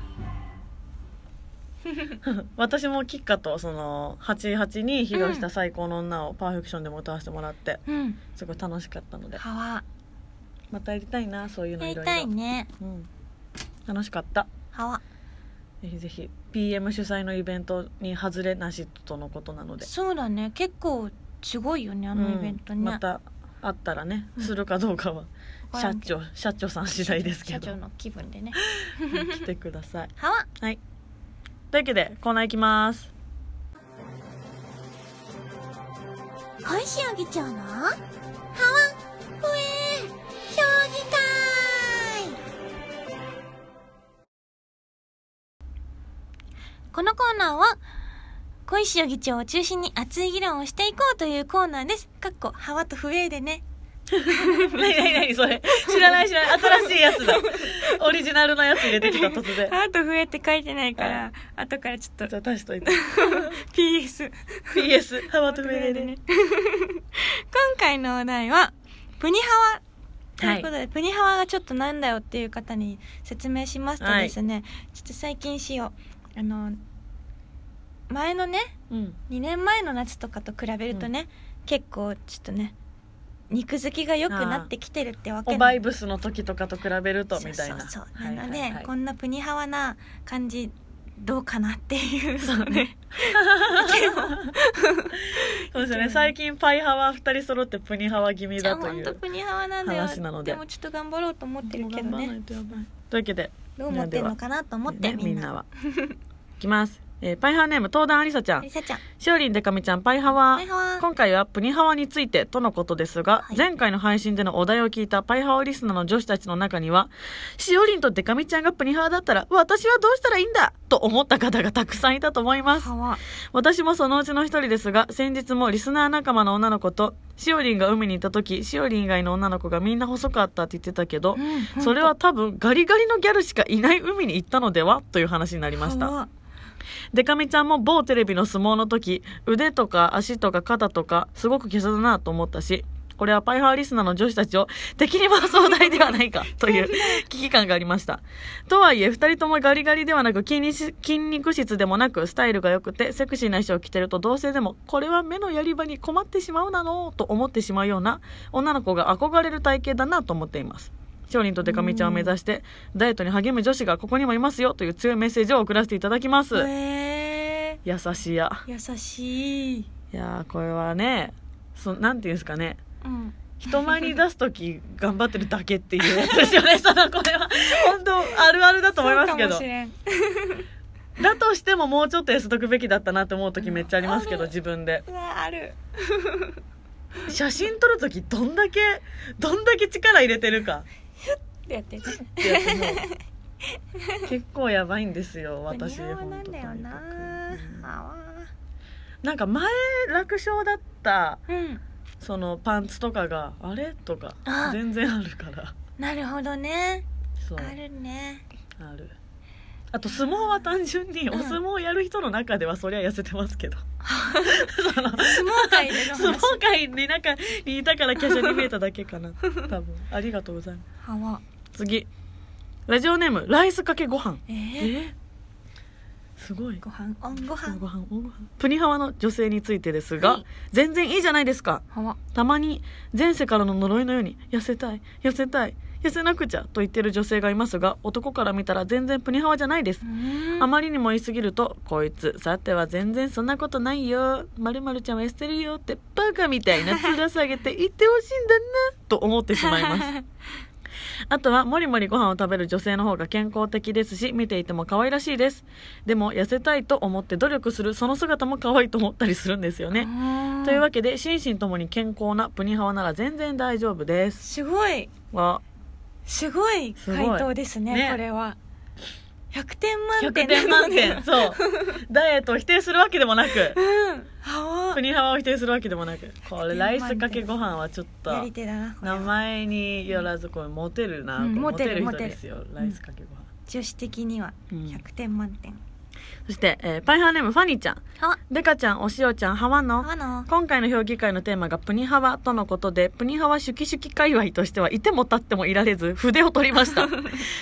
Speaker 2: とと私もキッカとその88に披露した最高の女をパーフェクションでも歌わせてもらって
Speaker 1: うん
Speaker 2: すごい楽しかったので
Speaker 1: 歯は
Speaker 2: またやりたいなそういうの
Speaker 1: や
Speaker 2: い
Speaker 1: り
Speaker 2: ろいろ
Speaker 1: たいね
Speaker 2: うん、楽しかった
Speaker 1: 歯は
Speaker 2: ぜひぜひ PM 主催のイベントに外れなしとのことなので
Speaker 1: そうだね結構すごいよねあのイベント
Speaker 2: うん
Speaker 1: ね
Speaker 2: またあったらね、
Speaker 1: うん
Speaker 2: するかどうかは
Speaker 1: わか
Speaker 2: 社
Speaker 1: らんけ
Speaker 2: 長社長さん次第ですけ
Speaker 1: 社
Speaker 2: ど
Speaker 1: 長の気分でね
Speaker 2: 来てください
Speaker 1: 歯は
Speaker 2: はいというわけでコーナー行きます
Speaker 1: 小石容議長のハワフエ評議会このコーナーは小石容議長を中心に熱い議論をしていこうというコーナーです。かっこ、ハワとフエでね。
Speaker 2: 何何何それ知らない知らない新しいやつだオリジナルのやつ入れてきた 突然
Speaker 1: ハワとフエって書いてないから、後からちょっ
Speaker 2: じ
Speaker 1: と
Speaker 2: ゃあ足しといて
Speaker 1: PS。
Speaker 2: PS ハワトメレ レ
Speaker 1: 今回のお題は、プニハワということで、プニハワがちょっとなんだよっていう方に説明しますとですね、ちょっと最近しよう。あの、前のね、
Speaker 2: うん
Speaker 1: 2年前の夏とかと比べるとね、結構ちょっとね、肉付きが良くなってきてるってわけ
Speaker 2: おバイブスの時とかと比べると
Speaker 1: そう
Speaker 2: みたいな
Speaker 1: そうそう。な
Speaker 2: は
Speaker 1: いの
Speaker 2: はいは
Speaker 1: で
Speaker 2: い、
Speaker 1: こんなプニハワな感じ、どうかなっていう。
Speaker 2: そう ね。そうですよね。最近パイハワ二人揃ってプニハワ気味
Speaker 1: じゃ
Speaker 2: だ
Speaker 1: あ
Speaker 2: とい
Speaker 1: 本当
Speaker 2: う。
Speaker 1: プニハワなんだよ
Speaker 2: 話なので
Speaker 1: もちょっと頑張ろうと思ってるけど
Speaker 2: もう頑張らな
Speaker 1: ね
Speaker 2: いとやばいというわけで、
Speaker 1: どう思ってるのかなと思って、
Speaker 2: ね
Speaker 1: みんな
Speaker 2: は。いきます。えーパイハワネーム東壇ありさちゃん
Speaker 1: り。さちゃん
Speaker 2: しおりんでかみちゃんパイハワ
Speaker 1: パイハワ。
Speaker 2: 今回はプニハワについてとのことですが、
Speaker 1: はい
Speaker 2: 前回の配信でのお題を聞いたパイハワリスナーの女子たちの中には、しおりんとでかみちゃんがプニハワだったら、私はどうしたらいいんだと思った方がたくさんいたと思います。
Speaker 1: ハワ
Speaker 2: 私もそのうちの一人ですが、先日もリスナー仲間の女の子と、しおりんが海に行った時、しおりん以外の女の子がみんな細かったって言ってたけど、
Speaker 1: うん
Speaker 2: それは多分ガリガリのギャルしかいない海に行ったのではという話になりまし
Speaker 1: ハ
Speaker 2: た。
Speaker 1: ワ
Speaker 2: でかみちゃんも某テレビの相撲の時、腕とか足とか肩とか、すごく華奢だなと思ったし、これはパイハーリスナーの女子たちを敵に回すお題ではない かという危機感がありました。とはいえ、二人ともガリガリではなく筋肉し筋肉質でもなくスタイルが良くてセクシーな衣装を着てると同性でもこれは目のやり場に困ってしまうなのと思ってしまうような女の子が憧れる体型だなと思っています。商人とデカミちゃんを目指してダイエットに励む女子がここにもいますよという強いメッセージを送らせていただきます。
Speaker 1: え
Speaker 2: 優しいや。
Speaker 1: ー、優しい、
Speaker 2: いやーこれはね、そなんていうんですかね。
Speaker 1: うん、
Speaker 2: 人前に出す時頑張ってるだけっていうやつですよ ねそのこれは本当あるあるだと思いますけ
Speaker 1: そ
Speaker 2: ど
Speaker 1: うかもしれん
Speaker 2: だとしてももうちょっと痩せとくべきだったなと思う時めっちゃありますけ
Speaker 1: あ
Speaker 2: ど
Speaker 1: る
Speaker 2: 自分で
Speaker 1: うわある
Speaker 2: 写真撮る時どんだけどんだけ力入れてるか
Speaker 1: ってやってる
Speaker 2: ってやつも結構やばいんです よ私
Speaker 1: 似合わ
Speaker 2: 本
Speaker 1: なん
Speaker 2: 当と
Speaker 1: だ
Speaker 2: にか
Speaker 1: よ
Speaker 2: く
Speaker 1: な
Speaker 2: うん
Speaker 1: あ
Speaker 2: なんか前楽勝だった
Speaker 1: わうん
Speaker 2: そのパンツとかがあれとか
Speaker 1: あ
Speaker 2: 全然あるから
Speaker 1: なるほどね
Speaker 2: そう
Speaker 1: ある ね
Speaker 2: あるあと相撲は単純にお
Speaker 1: うん
Speaker 2: 相撲をやる人の中ではそりゃ痩せてますけど、
Speaker 1: 相撲界での
Speaker 2: 相
Speaker 1: 話
Speaker 2: 撲界に中にいたから華奢に見えただけか な多分ありがとうございま
Speaker 1: あわ
Speaker 2: す次ラジオネームライスかけご飯
Speaker 1: え
Speaker 2: え
Speaker 1: ー、
Speaker 2: すごい
Speaker 1: ご飯あご飯
Speaker 2: ご飯おご飯プニハワの女性についてですが、
Speaker 1: はい
Speaker 2: 全然いいじゃないですか
Speaker 1: あわ
Speaker 2: たまに前世からの呪いのように痩せたい痩せたい痩せなくちゃと言ってる女性がいますが男から見たら全然プニハワじゃないです
Speaker 1: うーん
Speaker 2: あまりにも言いすぎると、こいつ、さては全然そんなことないよ。まるまるちゃんは痩せてるよって、バカみたいな面下げて言ってほしいんだな、と思ってしま います。あとは、もりもりご飯を食べる女性の方が健康的ですし、見ていても可愛らしいです。でも、痩せたいと思って努力する、その姿も可愛いと思ったりするんですよね。というわ
Speaker 1: け
Speaker 2: けで、心身ともに健康なプニハワなら全然大丈夫です。
Speaker 1: すごい
Speaker 2: わ、
Speaker 1: すごい
Speaker 2: すごい
Speaker 1: 回答ですね
Speaker 2: ね
Speaker 1: これは100点満
Speaker 2: 100
Speaker 1: 点
Speaker 2: 点満
Speaker 1: なの
Speaker 2: 点。
Speaker 1: で
Speaker 2: そう。ダイエットを否定するわけでもなく。
Speaker 1: うんあ
Speaker 2: プニハワを否定するわけでもなくこれライスかけご飯はちょっ
Speaker 1: わや
Speaker 2: と
Speaker 1: り手だなこれは
Speaker 2: 名前によらずこれモテるな、
Speaker 1: うん
Speaker 2: これ
Speaker 1: モテる
Speaker 2: モテる人ですよライスかけご飯、
Speaker 1: 女子的には
Speaker 2: うん
Speaker 1: 100点満点
Speaker 2: そして、えーパイハーネームファニーちゃん
Speaker 1: あ
Speaker 2: デカちゃんおしおちゃんハワの
Speaker 1: あの
Speaker 2: 今回の評議会のテーマがプニハワとのことで、プニハワシュキシュキ界隈としてはいても立ってもいられず、筆を取り ました。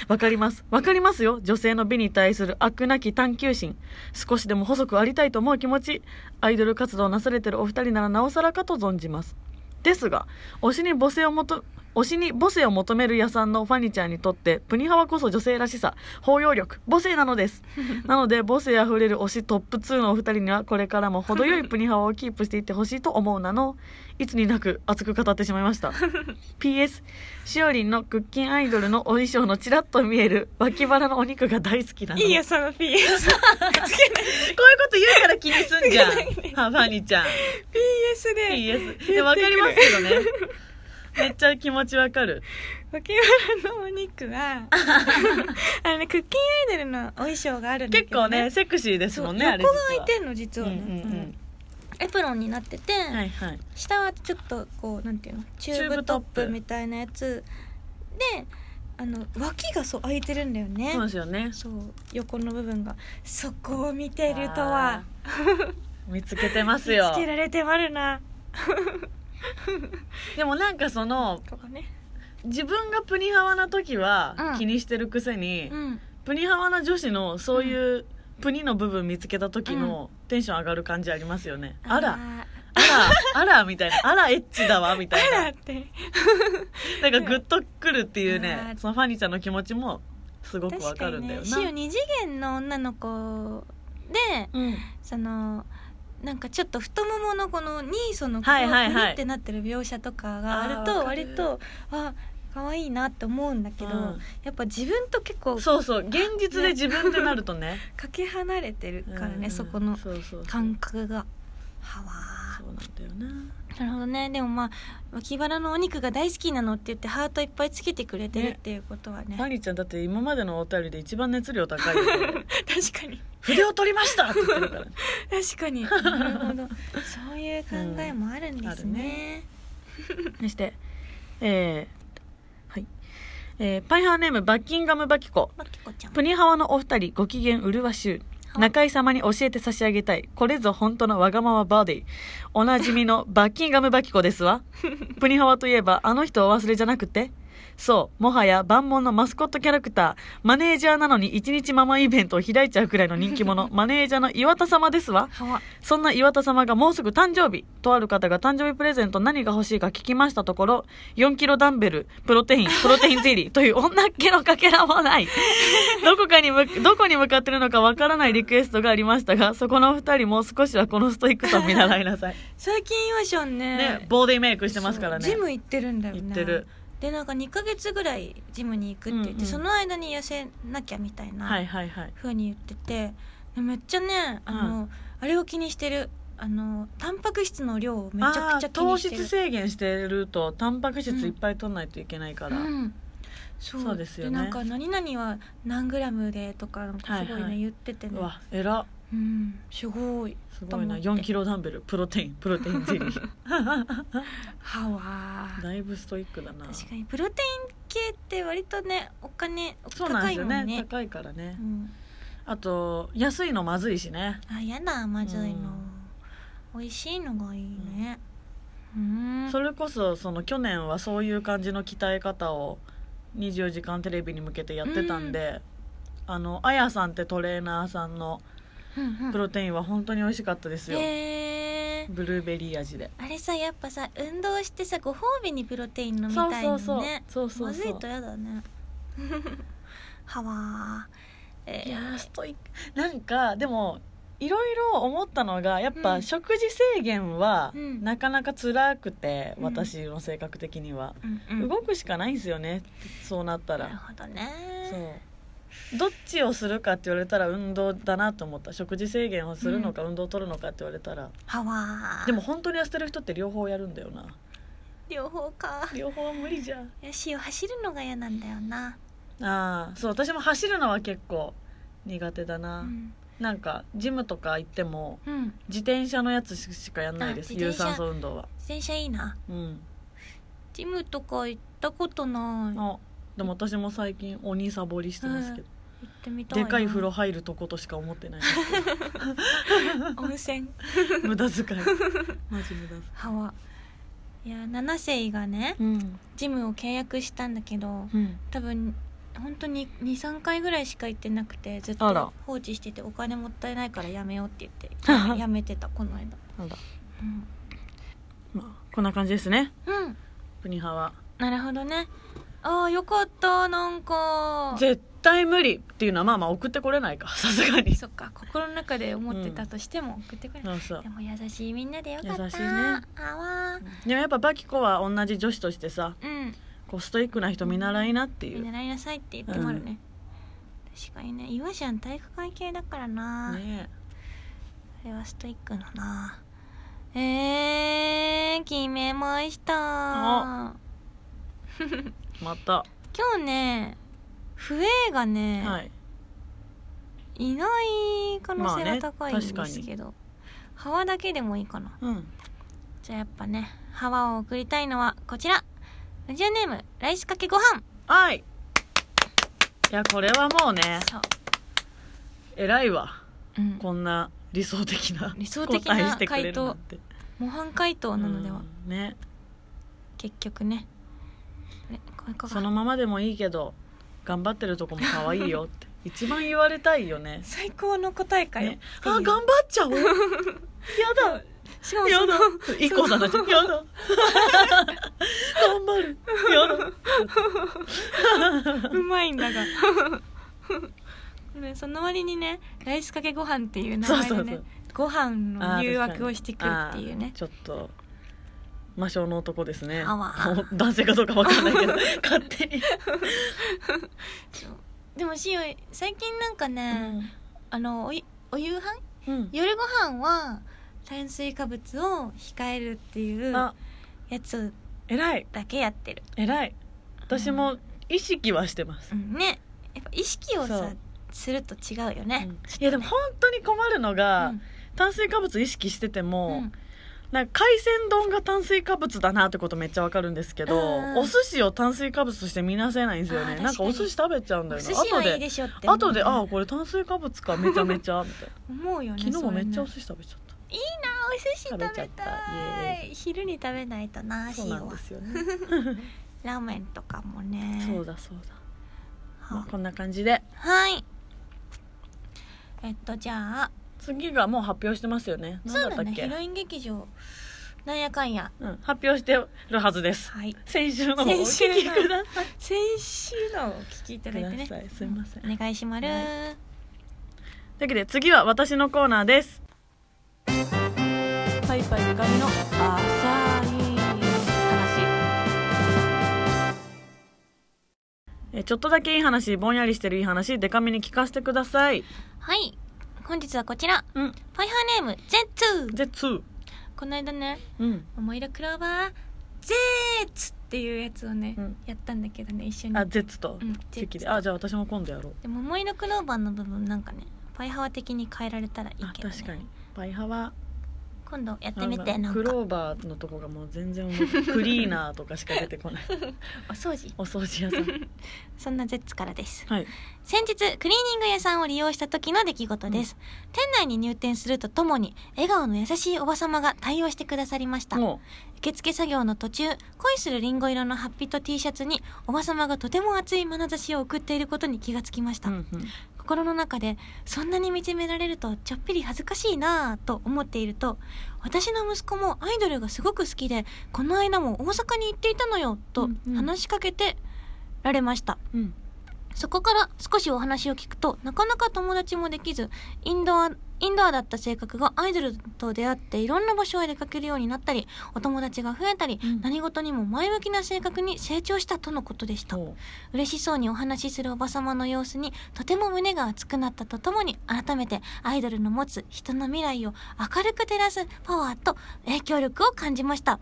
Speaker 2: わかります。わかりますよ。女性の美に対する悪なき探求心。少しでも細くありたいと思う気持ち。アイドル活動をなされてるお二人ならなおさらかと存じます。ですが、推しに母性をもと、推しに母性を求める屋さんのファニちゃんにとって、プニハワこそ女性らしさ、包容力、母性なの です。なので、母性あふれる推しトップ2のお二人には、これからも程よいプニハワをキープしていってほしいと思うなの、いつになく熱く語ってしまい ました。PS、しおりんのクッキンアイドルのお衣装のちらっと見える脇腹のお肉が大好きなの。
Speaker 1: いいよその PS
Speaker 2: こういうこと言うから気にすんじゃん。は ファニちゃん。
Speaker 1: PS で
Speaker 2: PS。でもわかりますけどね。めっちゃ気持ちわかる。
Speaker 1: 脇腹のお肉 はあのねクッキンアイドルのお衣装があるんだけ
Speaker 2: 結
Speaker 1: ど、
Speaker 2: 構
Speaker 1: ね、
Speaker 2: ね、セクシーです
Speaker 1: そう
Speaker 2: もんね、あれ
Speaker 1: 横
Speaker 2: 実
Speaker 1: が
Speaker 2: は。
Speaker 1: 開いてんの実はね、
Speaker 2: うんうんうん
Speaker 1: エプロンになってて、
Speaker 2: はいはい。
Speaker 1: 下はちょっとこうなんていうのチューブトップみたいなやつであの脇がそう開いてるんだよね、
Speaker 2: そうですよね。
Speaker 1: そう横の部分がそこを見てるとは
Speaker 2: 見つけてま
Speaker 1: 見
Speaker 2: すよ
Speaker 1: つ。けられてまるな
Speaker 2: でもなんかその、
Speaker 1: ここね
Speaker 2: 自分がプニハワな時は
Speaker 1: うん
Speaker 2: 気にしてるくせに、
Speaker 1: うん
Speaker 2: プニハワな女子のそういうプニの部分見つけた時のテンション上がる感じありますよね。あら。あら、あら、みたいな。あら、エッチだわ、み
Speaker 1: あ
Speaker 2: たい
Speaker 1: ら
Speaker 2: な
Speaker 1: っ。て
Speaker 2: なんかグッとくるっていう
Speaker 1: う
Speaker 2: ね
Speaker 1: わ、
Speaker 2: そのファニーちゃんの気持ちもすごくわ
Speaker 1: 確
Speaker 2: か
Speaker 1: か
Speaker 2: るん
Speaker 1: に
Speaker 2: だよ
Speaker 1: ね
Speaker 2: な。
Speaker 1: しお二次元の女の子で
Speaker 2: うん。
Speaker 1: そのなんかちょっと太もものこのニーソのこ
Speaker 2: はい
Speaker 1: の
Speaker 2: はいはい
Speaker 1: くるってなってる描写とかがある
Speaker 2: あーわ
Speaker 1: と
Speaker 2: かる
Speaker 1: 割とあ可愛いなって思うんだけど、
Speaker 2: うん
Speaker 1: やっぱ自分と結構
Speaker 2: そうそう、現実で自分でなると ね。
Speaker 1: かけ離れてるから
Speaker 2: うんう
Speaker 1: ね
Speaker 2: ん
Speaker 1: そこの
Speaker 2: そうそうそう
Speaker 1: 感覚がはわ
Speaker 2: そうなんだよな。
Speaker 1: ーなるほどねでもまあ脇腹のお肉が大好きなのって言ってハートいっぱいつけてくれてるっていうことはね
Speaker 2: ファニーちゃんだって今までのお便りで一番熱量高 いよ。
Speaker 1: 確かに
Speaker 2: 筆を取りましたって言って るからね。
Speaker 1: 確かになるほどそういう考えもあるんですね,、
Speaker 2: そして、えー、はい。えー、パイハーネームバッキンガムバキコ。
Speaker 1: まきこちゃん
Speaker 2: プニハワのお二人ご機嫌うるわしゅう。中井様に教えて差し上げたい。これぞ本当のわがままバーディ。おなじみのバッキンガムバキコですわ。プニハワといえば、あの人お忘れじゃなくてそう、もはや万門のマスコットキャラクター、マネージャーなのに一日ママイベントを開いちゃうくらいの人気者、マネージャーの岩田様ですわ。
Speaker 1: はわ
Speaker 2: そんな岩田様がもうすぐ誕生日とある方が誕生日プレゼント何が欲しいか聞きましたところ4キロダンベルプロテインプロテインゼリーと いう女っ気のかけらもない どこかにむどこに向かってるのかわからないリクエストがありましたがそこのお二人も少しはこのストイックさを見習いなさい
Speaker 1: 最近岩ションね
Speaker 2: ねボディメイクしてますからね
Speaker 1: そうジム行ってるんだよね
Speaker 2: 行ってる
Speaker 1: でなんか2ヶ月ぐらいジムに行くって言って、
Speaker 2: うんうん
Speaker 1: その間に痩せなきゃみたいな、
Speaker 2: はいはいはい
Speaker 1: ふうに言っててでめっちゃねあの、あれを気にしてるあのタンパク質の量をめちゃくちゃ気にしてる
Speaker 2: あー糖質制限してるとタンパク質いっぱい取らないといけないから、
Speaker 1: うん、そう
Speaker 2: そうですよね
Speaker 1: なんか何々は何グラムでとかなんかすごいね、
Speaker 2: はいはい
Speaker 1: 言っててね
Speaker 2: うわえらっ
Speaker 1: うんすごい
Speaker 2: すごいな
Speaker 1: と思っ
Speaker 2: 4
Speaker 1: て
Speaker 2: キロダンベルプロテインプロテインゼリー
Speaker 1: はわー
Speaker 2: だいぶストイックだな
Speaker 1: 確かにプロテイン系って割とねお金
Speaker 2: そうなん
Speaker 1: 高
Speaker 2: です
Speaker 1: い
Speaker 2: よ
Speaker 1: もん
Speaker 2: ね
Speaker 1: ね
Speaker 2: 高いからね
Speaker 1: うん、
Speaker 2: あと安いのまずいしね
Speaker 1: あやだまずいの、美味しいのがいいねうん
Speaker 2: それこそその去年はそういう感じの鍛え方を『24時間テレビ』に向けてやってたんで、あのあやさんってトレーナーさんの
Speaker 1: うんうん
Speaker 2: プロテインは本当に美味しかったですよ、
Speaker 1: へえ
Speaker 2: ブルーベリー味で
Speaker 1: あれさやっぱさ運動してさご褒美にプロテイン飲みた
Speaker 2: そ
Speaker 1: いうのね
Speaker 2: そうそ
Speaker 1: ま
Speaker 2: うそうそうそう
Speaker 1: ずいとやだね はわーえー
Speaker 2: いやーストイックなんかでもいろいろ思ったのがやっ
Speaker 1: う
Speaker 2: ぱ
Speaker 1: ん
Speaker 2: 食事制限は
Speaker 1: うん
Speaker 2: なかなか辛くて、
Speaker 1: うん
Speaker 2: 私の性格的には、
Speaker 1: うんうん
Speaker 2: 動くしかないんですよねそうなった
Speaker 1: なる
Speaker 2: ら、
Speaker 1: ほどね
Speaker 2: そうどっちをするかって言われたら運動だなと思った食事制限をするのか、運動を取るのかって言われたら
Speaker 1: はわー
Speaker 2: でも本当に痩せてる人って両方やるんだよな
Speaker 1: 両方か
Speaker 2: 両方は無理じゃん
Speaker 1: よしを走るのが嫌なんだよな、
Speaker 2: ああそう私も走るのは結構苦手だな、
Speaker 1: うん
Speaker 2: なんかジムとか行っても
Speaker 1: うん、自
Speaker 2: 自転車のやつしかやんないです
Speaker 1: あ
Speaker 2: 有
Speaker 1: 自転車
Speaker 2: 酸素運動は
Speaker 1: 転車いいな
Speaker 2: うん
Speaker 1: ジムとか行ったことない行
Speaker 2: あでも私も最近鬼サボりしてますけど、
Speaker 1: ってみたい
Speaker 2: で
Speaker 1: な
Speaker 2: かい風呂入るとことしか思ってないです
Speaker 1: 温泉
Speaker 2: けど無駄遣いマジ無駄遣い
Speaker 1: はわいや七世がね
Speaker 2: うん
Speaker 1: ジムを契約したんだけど
Speaker 2: うん
Speaker 1: 多分本当に23回ぐらいしか行ってなくてずっ
Speaker 2: あら
Speaker 1: と放置しててお金もったいないからやめようって言っ てやめてたこの間
Speaker 2: なんだ
Speaker 1: うん、
Speaker 2: まあこんな感じですね
Speaker 1: うん、
Speaker 2: プニハは
Speaker 1: なるほどねああよかったなんか
Speaker 2: 絶対無理っていうのはまあまあ送ってこれないか さすがに
Speaker 1: そっか心の中で思ってたとしても送ってくれ、
Speaker 2: そうそう
Speaker 1: でも優しいみんなでよかった
Speaker 2: 優しいね
Speaker 1: あわ
Speaker 2: でもやっぱバキコは同じ女子としてさ
Speaker 1: ーうん
Speaker 2: こうストイックな人見習いなってい
Speaker 1: 見
Speaker 2: う、
Speaker 1: 習いなさいって言ってもあるね、確かにね岩ちゃん体育会系だからな、
Speaker 2: ね
Speaker 1: これはストイックだなえー、決めました
Speaker 2: えまた、
Speaker 1: 今日ねフエがね、、
Speaker 2: はいい
Speaker 1: ない可能性
Speaker 2: まあ
Speaker 1: が
Speaker 2: ね
Speaker 1: 高いんですけど、ハワだけでもいいかな
Speaker 2: うん
Speaker 1: じゃあやっぱねハワを送りたいのはこちらラジオネームライスかけご飯
Speaker 2: はいいやこれはもうね
Speaker 1: そう、
Speaker 2: 偉いわ
Speaker 1: うん、
Speaker 2: こんな理想的な
Speaker 1: 理想的な
Speaker 2: 答えしてくれるなんて
Speaker 1: 模範解答なのでは、
Speaker 2: うんね
Speaker 1: 結局ねねこういう子が
Speaker 2: そのままでもいいけど頑張ってるとこも可愛いよって一番言われたいよね
Speaker 1: 最高の答えかよ、
Speaker 2: ねあ
Speaker 1: っていう
Speaker 2: 頑張っ ちゃおうやだ
Speaker 1: しかも
Speaker 2: や
Speaker 1: その
Speaker 2: だ一個さんだってやだ頑張るやだ
Speaker 1: うまいんだが ねその割にねライスかけご飯っていう名前でね
Speaker 2: そうそうそう
Speaker 1: ご飯の
Speaker 2: あー
Speaker 1: 誘惑をしてくるっていうね
Speaker 2: あーちょっと魔性の男ですね
Speaker 1: あわあ
Speaker 2: 男性かどうかわかんない けど勝手に、
Speaker 1: でもしお最近なんかね、あのおいお夕飯
Speaker 2: うん
Speaker 1: 夜ご飯は炭水化物を控えるっていうや
Speaker 2: あ
Speaker 1: つ
Speaker 2: 偉い
Speaker 1: だけやってる、
Speaker 2: 偉い私も意識はしてます
Speaker 1: う、ん、ねやっぱ意識を
Speaker 2: そ
Speaker 1: さ
Speaker 2: う
Speaker 1: すると違うよね、
Speaker 2: うんいやでも本当に困るの
Speaker 1: う
Speaker 2: が、
Speaker 1: ん
Speaker 2: 炭水化物意識してて
Speaker 1: う
Speaker 2: も、
Speaker 1: ん
Speaker 2: なんか海鮮丼が炭水化物だなってことめっちゃわかるんですけど、
Speaker 1: うん
Speaker 2: お寿司を炭水化物として見なせないんですよ
Speaker 1: あー
Speaker 2: ね
Speaker 1: 確かに
Speaker 2: なんかお寿司食べちゃうんだ
Speaker 1: お
Speaker 2: よ
Speaker 1: 寿
Speaker 2: な
Speaker 1: 司
Speaker 2: 後
Speaker 1: はいい
Speaker 2: で
Speaker 1: でしょって思う
Speaker 2: 後でああこれ炭水化物かめちゃめち ゃみたい
Speaker 1: 思うよね
Speaker 2: な昨日もめっちゃお
Speaker 1: それね
Speaker 2: 寿司食べちゃった
Speaker 1: いいなお寿司食べたい
Speaker 2: 食べちゃったイエー
Speaker 1: 昼に食べないとな
Speaker 2: そう
Speaker 1: 塩
Speaker 2: な
Speaker 1: は
Speaker 2: んですよね
Speaker 1: ラーメンとかもね
Speaker 2: そうだそうだ、まあ
Speaker 1: は
Speaker 2: こんな感じで
Speaker 1: はいえっとじゃあ
Speaker 2: 次がもう発表してますよね
Speaker 1: そ
Speaker 2: 何
Speaker 1: う
Speaker 2: だ
Speaker 1: だ
Speaker 2: った
Speaker 1: ね
Speaker 2: っけ
Speaker 1: ヒロイン劇場なんやかんや
Speaker 2: うん、発表してるはずです
Speaker 1: はい
Speaker 2: 先週のもお
Speaker 1: 先
Speaker 2: 聞
Speaker 1: 週の
Speaker 2: きください
Speaker 1: 先週のお聞きいただいてね
Speaker 2: くださいすいません
Speaker 1: お願いしまる、
Speaker 2: はというわけで次は私のコーナーですパイパイでかみの浅い話えちょっとだけいい話ぼんやりしてるいい話でかみに聞かせてください
Speaker 1: はい本日はこちら
Speaker 2: うん
Speaker 1: パイハーネームゼッツ
Speaker 2: でツー
Speaker 1: この間ね
Speaker 2: うん
Speaker 1: 桃色クローバーゼッツっていうやつをね、
Speaker 2: うん
Speaker 1: やったんだけどね一緒に
Speaker 2: あ Z と
Speaker 1: うん
Speaker 2: 席で、
Speaker 1: Z
Speaker 2: あじゃあ私も今度やろう
Speaker 1: でも桃色クローバーの部分なんかねパイハワ的に変えられたらいい
Speaker 2: あ
Speaker 1: けど、ね、
Speaker 2: 確かにバイハは
Speaker 1: 今度やって
Speaker 2: あ
Speaker 1: みて
Speaker 2: の
Speaker 1: なん
Speaker 2: ク
Speaker 1: か
Speaker 2: ローバーのとこがもう全然覚えてないクリーナーとかしか出て こない
Speaker 1: お掃除
Speaker 2: お掃除屋さん
Speaker 1: そんなゼッツからです
Speaker 2: はい
Speaker 1: 先日クリーニング屋さんを利用した時の出来事です、店内に入店するとともに笑顔の優しいおばさまが対応してくださりました
Speaker 2: も
Speaker 1: 受付作業の途中恋するリンゴ色のハッピと T シャツにおばさまがとても熱い眼差しを送っていることに気がつきまし
Speaker 2: う、
Speaker 1: た、
Speaker 2: うんうん、
Speaker 1: 心の中でそんなに見つめられるとちょっぴり恥ずかしいなぁと思っていると私の息子もアイドルがすごく好きでこの間も大阪に行っていたのよ
Speaker 2: う
Speaker 1: と
Speaker 2: んうん
Speaker 1: 話しかけてられました、
Speaker 2: うん
Speaker 1: そこから少しお話を聞くとなかなか友達もできずインドアインドアだった性格がアイドルと出会っていろんな場所へ出かけるようになったりお友達が増えたり、
Speaker 2: うん
Speaker 1: 何事にも前向きな性格に成長したとのことでした、
Speaker 2: も
Speaker 1: 嬉しそうにお話しするおばさまの様子にとても胸が熱くなったとともに改めてアイドルの持つ人の未来を明るく照らすパワーと影響力を感じました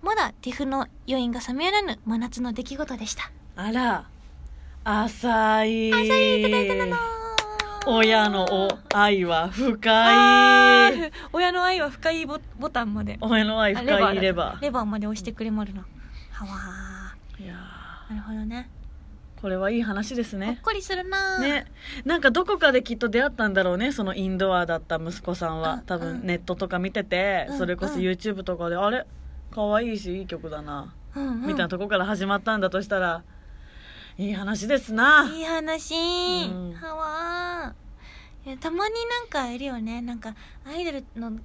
Speaker 1: まだティフの余韻が冷めやらぬ真夏の出来事でした
Speaker 2: うあら浅い
Speaker 1: いただいたなの
Speaker 2: 親のお愛は
Speaker 1: あ
Speaker 2: 深い
Speaker 1: ー親の愛は深いボボタンまで
Speaker 2: 親の愛
Speaker 1: あ
Speaker 2: 深い
Speaker 1: だ
Speaker 2: レバ
Speaker 1: レバーまで押してくれまるなはわ
Speaker 2: ーいや
Speaker 1: ーなるほどね
Speaker 2: ーこれはいい話です
Speaker 1: ほっ
Speaker 2: ね
Speaker 1: こりするなー
Speaker 2: ねなんかどこかできっと出会ったんだろうねそのインドアだった息子さん
Speaker 1: うん
Speaker 2: は多
Speaker 1: うん
Speaker 2: 分ネットとか見てて
Speaker 1: うん
Speaker 2: それこそ
Speaker 1: うん
Speaker 2: YouTube とかであれ可愛いしいい曲だな
Speaker 1: うんうん
Speaker 2: みたいなとこから始まったんだとしたらいい話ですない
Speaker 1: い話、
Speaker 2: うん
Speaker 1: はわーいやたまになんかいるよねなんかアイドルの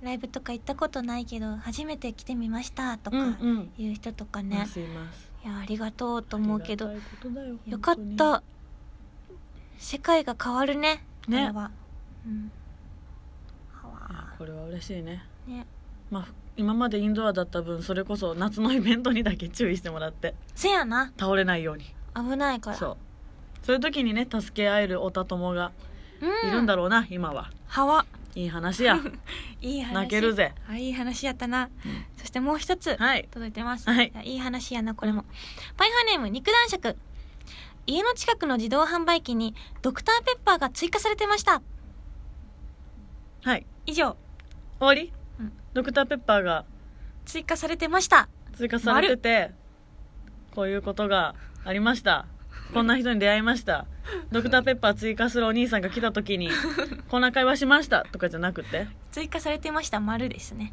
Speaker 1: ライブとか行ったことないけど初めて来てみましたと
Speaker 2: うん
Speaker 1: か
Speaker 2: うん
Speaker 1: いう人とか
Speaker 2: いま
Speaker 1: ね、
Speaker 2: すいます
Speaker 1: いやありがとうと思うけど
Speaker 2: ありがたいことだよ
Speaker 1: よかっ
Speaker 2: 本当に
Speaker 1: た世界が変わるね
Speaker 2: ね
Speaker 1: これは、うん、はい
Speaker 2: や
Speaker 1: わ
Speaker 2: これは嬉しいね
Speaker 1: ーね
Speaker 2: まあ今までインドアだった分それこそ夏のイベントにだけ注意してもらって
Speaker 1: せやな
Speaker 2: 倒れないように
Speaker 1: 危ないから
Speaker 2: そうそういう時にね助け合えるおたともが
Speaker 1: うん、
Speaker 2: いるんだろうな、今は
Speaker 1: はわ
Speaker 2: いい話 や
Speaker 1: いい話
Speaker 2: 泣けるぜ
Speaker 1: あいい話やったな、そしてもう一つ、
Speaker 2: はい
Speaker 1: 届いてます、
Speaker 2: はい
Speaker 1: やいい話やなこれもパイハーネーム肉男爵家の近くの自動販売機にドクターペッパーが追加されてました
Speaker 2: はい
Speaker 1: 以上
Speaker 2: 終わり、
Speaker 1: うん
Speaker 2: ドクターペッパーが
Speaker 1: 追加されてました
Speaker 2: 追加されててこういうことがありましたこんな人に出会いましたドクターペッパー追加するお兄さんが来た時 にこんな会話しましたとかじゃなくて
Speaker 1: 追加されてました丸ですね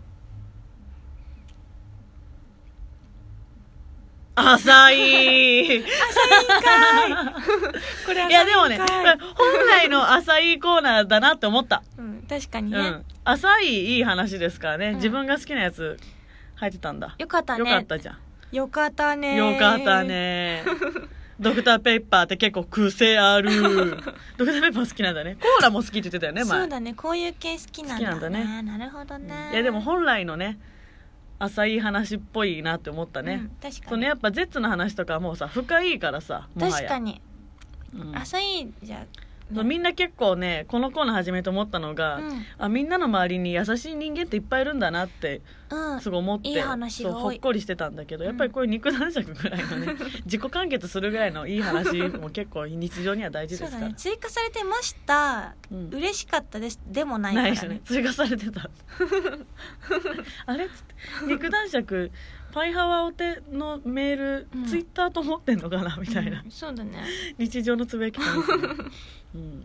Speaker 2: 浅いい
Speaker 1: これ
Speaker 2: やでもね
Speaker 1: 浅
Speaker 2: 本
Speaker 1: いんかい
Speaker 2: 来の浅いコーナーだなって思った
Speaker 1: うん、確かにね、
Speaker 2: うん、浅いいい話ですからね、
Speaker 1: うん
Speaker 2: 自分が好きなやつ入ってたんだ
Speaker 1: よかったね
Speaker 2: よかったじゃん、
Speaker 1: よかったね
Speaker 2: よかっ たねドクターペッパーって結構癖あるドクターペッパー好きなんだねコーラも好きって言ってたよね前
Speaker 1: そうだねこういう系好きなんだ
Speaker 2: 好きなんだ
Speaker 1: なるほどね、
Speaker 2: いやでも本来のね浅い話っぽいなって思った
Speaker 1: う
Speaker 2: ね
Speaker 1: ん、確か
Speaker 2: そ
Speaker 1: に、
Speaker 2: のやっぱ「ゼッツの話とかはもうさ深いからさもは
Speaker 1: 確
Speaker 2: や
Speaker 1: かに
Speaker 2: うん
Speaker 1: 浅いじゃ
Speaker 2: そうみんな結構ねこのコーナー始めて思ったのが、
Speaker 1: うん
Speaker 2: あみんなの周りに優しい人間っていっぱいいるんだなって
Speaker 1: うん
Speaker 2: すごい思って、
Speaker 1: いい話
Speaker 2: そ
Speaker 1: が
Speaker 2: う
Speaker 1: 多い
Speaker 2: ほっこりしてたんだけどやっぱりこういう肉弾尺ぐらい のね自己完結するぐらいのいい話も結構日常には大事
Speaker 1: そ
Speaker 2: で
Speaker 1: う
Speaker 2: すか
Speaker 1: だ
Speaker 2: ら
Speaker 1: ね追加されてました、
Speaker 2: うん
Speaker 1: 嬉しかったですでもないから
Speaker 2: ない
Speaker 1: ね
Speaker 2: ですよね追加され てたあれっつって肉男爵パイハワお手のメール、
Speaker 1: うん
Speaker 2: ツイッターと思ってんのかなみたいな、
Speaker 1: うんそうだね
Speaker 2: 日常のつぶやき方ですね、 うん、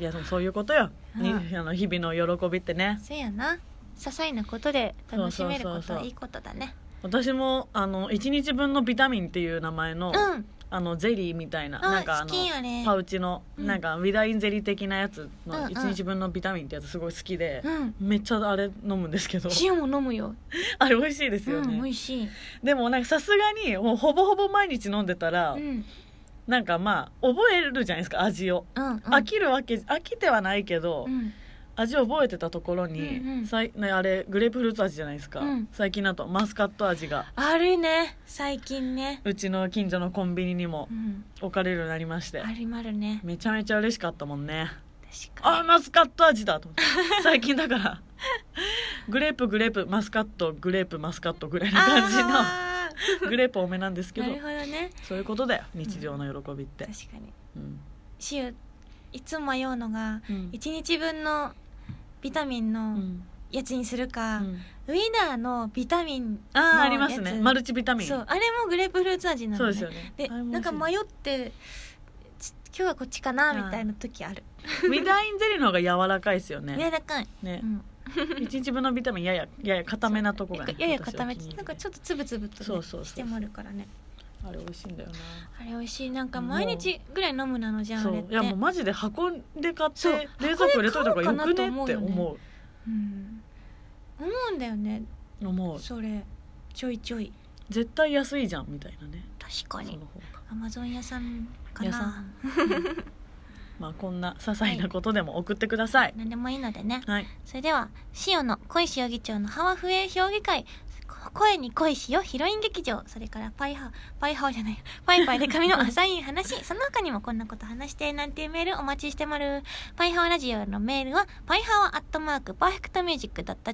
Speaker 2: いやでもそういうことよ、に
Speaker 1: は
Speaker 2: あの日々の喜びってね
Speaker 1: せやな些細なことで楽しめるこ
Speaker 2: そうそ
Speaker 1: と
Speaker 2: う
Speaker 1: は
Speaker 2: そう
Speaker 1: いいことだね
Speaker 2: 私もあの1日分のビタミンっていう名前の,、
Speaker 1: うん
Speaker 2: あのゼリーみたいな
Speaker 1: あ
Speaker 2: なんかあ
Speaker 1: 好
Speaker 2: の
Speaker 1: きあれ
Speaker 2: パウチの、
Speaker 1: うん
Speaker 2: なんかビタミンゼリー的なやつ
Speaker 1: うんう
Speaker 2: の
Speaker 1: ん
Speaker 2: 1日分のビタミンってやつすごい好きで、
Speaker 1: うん
Speaker 2: めっちゃあれ飲むんですけど
Speaker 1: 塩も飲むよ、
Speaker 2: あれ美味しいです
Speaker 1: う
Speaker 2: よね、
Speaker 1: ん美味しい、
Speaker 2: でもなんかさすがにもうほぼほぼ毎日飲んでたら、
Speaker 1: うん、うん
Speaker 2: なんかまあ覚えるじゃないですか味を、
Speaker 1: うん
Speaker 2: 飽きるわけ飽きてはないけど、
Speaker 1: うん
Speaker 2: 味を覚えてたところに、
Speaker 1: うんうん
Speaker 2: さいねあれグレープフルーツ味じゃないですか、
Speaker 1: うん
Speaker 2: 最近だとマスカット味が
Speaker 1: あるね最近ね、
Speaker 2: うちの近所のコンビニにも
Speaker 1: うん、
Speaker 2: 置かれるようになりまして、
Speaker 1: ありまるね
Speaker 2: めちゃめちゃ嬉しかったもんね
Speaker 1: 確か
Speaker 2: あ
Speaker 1: に
Speaker 2: マスカット味だと思って 最近だからグレープグレープマスカットグレープマスカットぐらいな感じ
Speaker 1: あ
Speaker 2: のグレープ多めなんです
Speaker 1: ー
Speaker 2: けど
Speaker 1: なるほどね
Speaker 2: そういうことだよ日常の喜びって
Speaker 1: 確、かに
Speaker 2: うん
Speaker 1: 塩いつも迷うのが
Speaker 2: うん
Speaker 1: 1日分のビタミン
Speaker 2: う
Speaker 1: の
Speaker 2: ん
Speaker 1: やつにするか、
Speaker 2: うん
Speaker 1: ウィナーのビタミンのやつ
Speaker 2: ああありますねマルチビタミン
Speaker 1: そうあれもグレープフルーツ味な
Speaker 2: そ
Speaker 1: の、
Speaker 2: う
Speaker 1: ね、
Speaker 2: ですよね
Speaker 1: で
Speaker 2: あれも
Speaker 1: なんか
Speaker 2: 美味し
Speaker 1: 迷ってち今日はこっちかな
Speaker 2: あー
Speaker 1: みたいな時ある
Speaker 2: いビタミンゼリーの方が柔らかいですよね
Speaker 1: 柔らかい、
Speaker 2: ね
Speaker 1: うん、
Speaker 2: 一日分のビタミンやややや固めなとこが、ね、
Speaker 1: やや固め
Speaker 2: 私は気に入
Speaker 1: なん
Speaker 2: る
Speaker 1: かちょっとつぶつぶと、ね、
Speaker 2: そうそうそう
Speaker 1: してもあるからね
Speaker 2: あれ美味しいんだよ
Speaker 1: あれ美味しいなんか毎日ぐらい飲むなのじゃ
Speaker 2: なんそ
Speaker 1: あれっ
Speaker 2: う
Speaker 1: て
Speaker 2: いやもうマジで箱で買っ
Speaker 1: そう
Speaker 2: て冷蔵庫入れといた方がよくね
Speaker 1: 箱で買おうかな
Speaker 2: っ
Speaker 1: と思う
Speaker 2: て
Speaker 1: よね
Speaker 2: 思う
Speaker 1: うん、思うんだよね
Speaker 2: 思う
Speaker 1: それちょいちょい
Speaker 2: 絶対安いじゃんみたいなね
Speaker 1: 確か
Speaker 2: そ
Speaker 1: に
Speaker 2: の方が
Speaker 1: アマゾン屋さんか
Speaker 2: 屋さ
Speaker 1: なん
Speaker 2: まあこんな些細なことでも送ってください
Speaker 1: 何でもいいのでね
Speaker 2: はい、
Speaker 1: それではシオの恋しお議長のハワフエ評議会こ声に恋しよヒロイン劇場それからパイハパイハワじゃない パイパイで髪の浅い話その他にもこんなこと話してなんていうメールお待ちしてまるパイハワラジオのメールはパイハワアットマークパーフェクトミュージックドット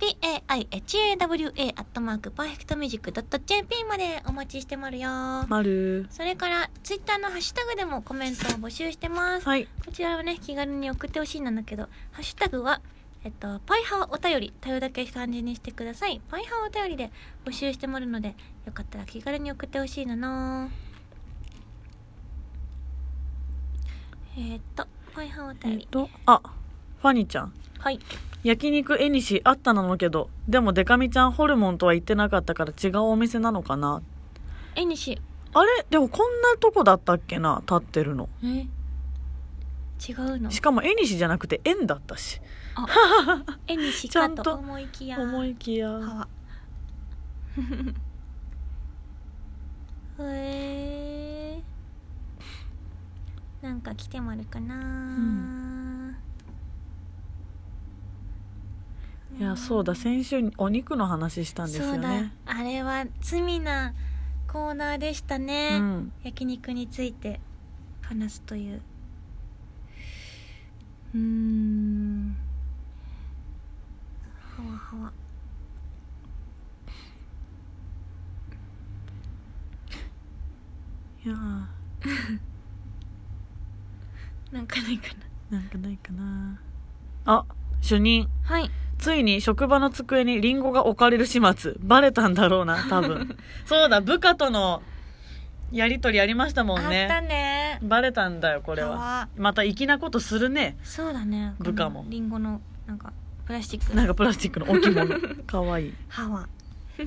Speaker 1: JPPAIHAWA アットマークパーフェクトミュージックドット JP までお待ちしてまるよ
Speaker 2: まる
Speaker 1: それからツイッターのハッシュタグでもコメントを募集してます
Speaker 2: はい
Speaker 1: こちらはね、気軽に送ってほしいなんだけど、ハッシュタグは、えっと、パイハーお便り、頼だけ漢字にしてください。パイハーお便りで募集してもらうので、よかったら気軽に送ってほしいななえーっと、パイハーお
Speaker 2: え
Speaker 1: 便
Speaker 2: っ
Speaker 1: り。
Speaker 2: とあファニーちゃん
Speaker 1: はい。
Speaker 2: 焼肉えにしあったなのけどでもデカミちゃんホルモンとは言ってなかったから違うお店なのかな
Speaker 1: えにし、
Speaker 2: あれでもこんなとこだったっけな立ってるの
Speaker 1: え違うの
Speaker 2: しかもえにしじゃなくて円だったし
Speaker 1: えにし
Speaker 2: ちゃ
Speaker 1: か
Speaker 2: んと
Speaker 1: と思いきや。
Speaker 2: 思いきや
Speaker 1: はわ。へえ。なんか来てもるかな、
Speaker 2: いやそうだ先週にお肉の話したんですよ
Speaker 1: そうだ
Speaker 2: ね
Speaker 1: あれは罪なコーナーでしたね、
Speaker 2: ん
Speaker 1: 焼肉について話すといううーんはわはわ
Speaker 2: いやー
Speaker 1: なんかないかな
Speaker 2: なんかないかなあ主任
Speaker 1: はい
Speaker 2: ついに職場の机にリンゴが置かれる始末バレたんだろうな多 分そうだ部下とのやり取りありましたもん
Speaker 1: あった
Speaker 2: ね
Speaker 1: ね
Speaker 2: バレたんだよこれは
Speaker 1: わ
Speaker 2: また粋なことするね
Speaker 1: そうだね
Speaker 2: 部下も
Speaker 1: このリンゴのなんかプラスチック
Speaker 2: なんかプラスチックの大きいもの かわいい
Speaker 1: 歯はう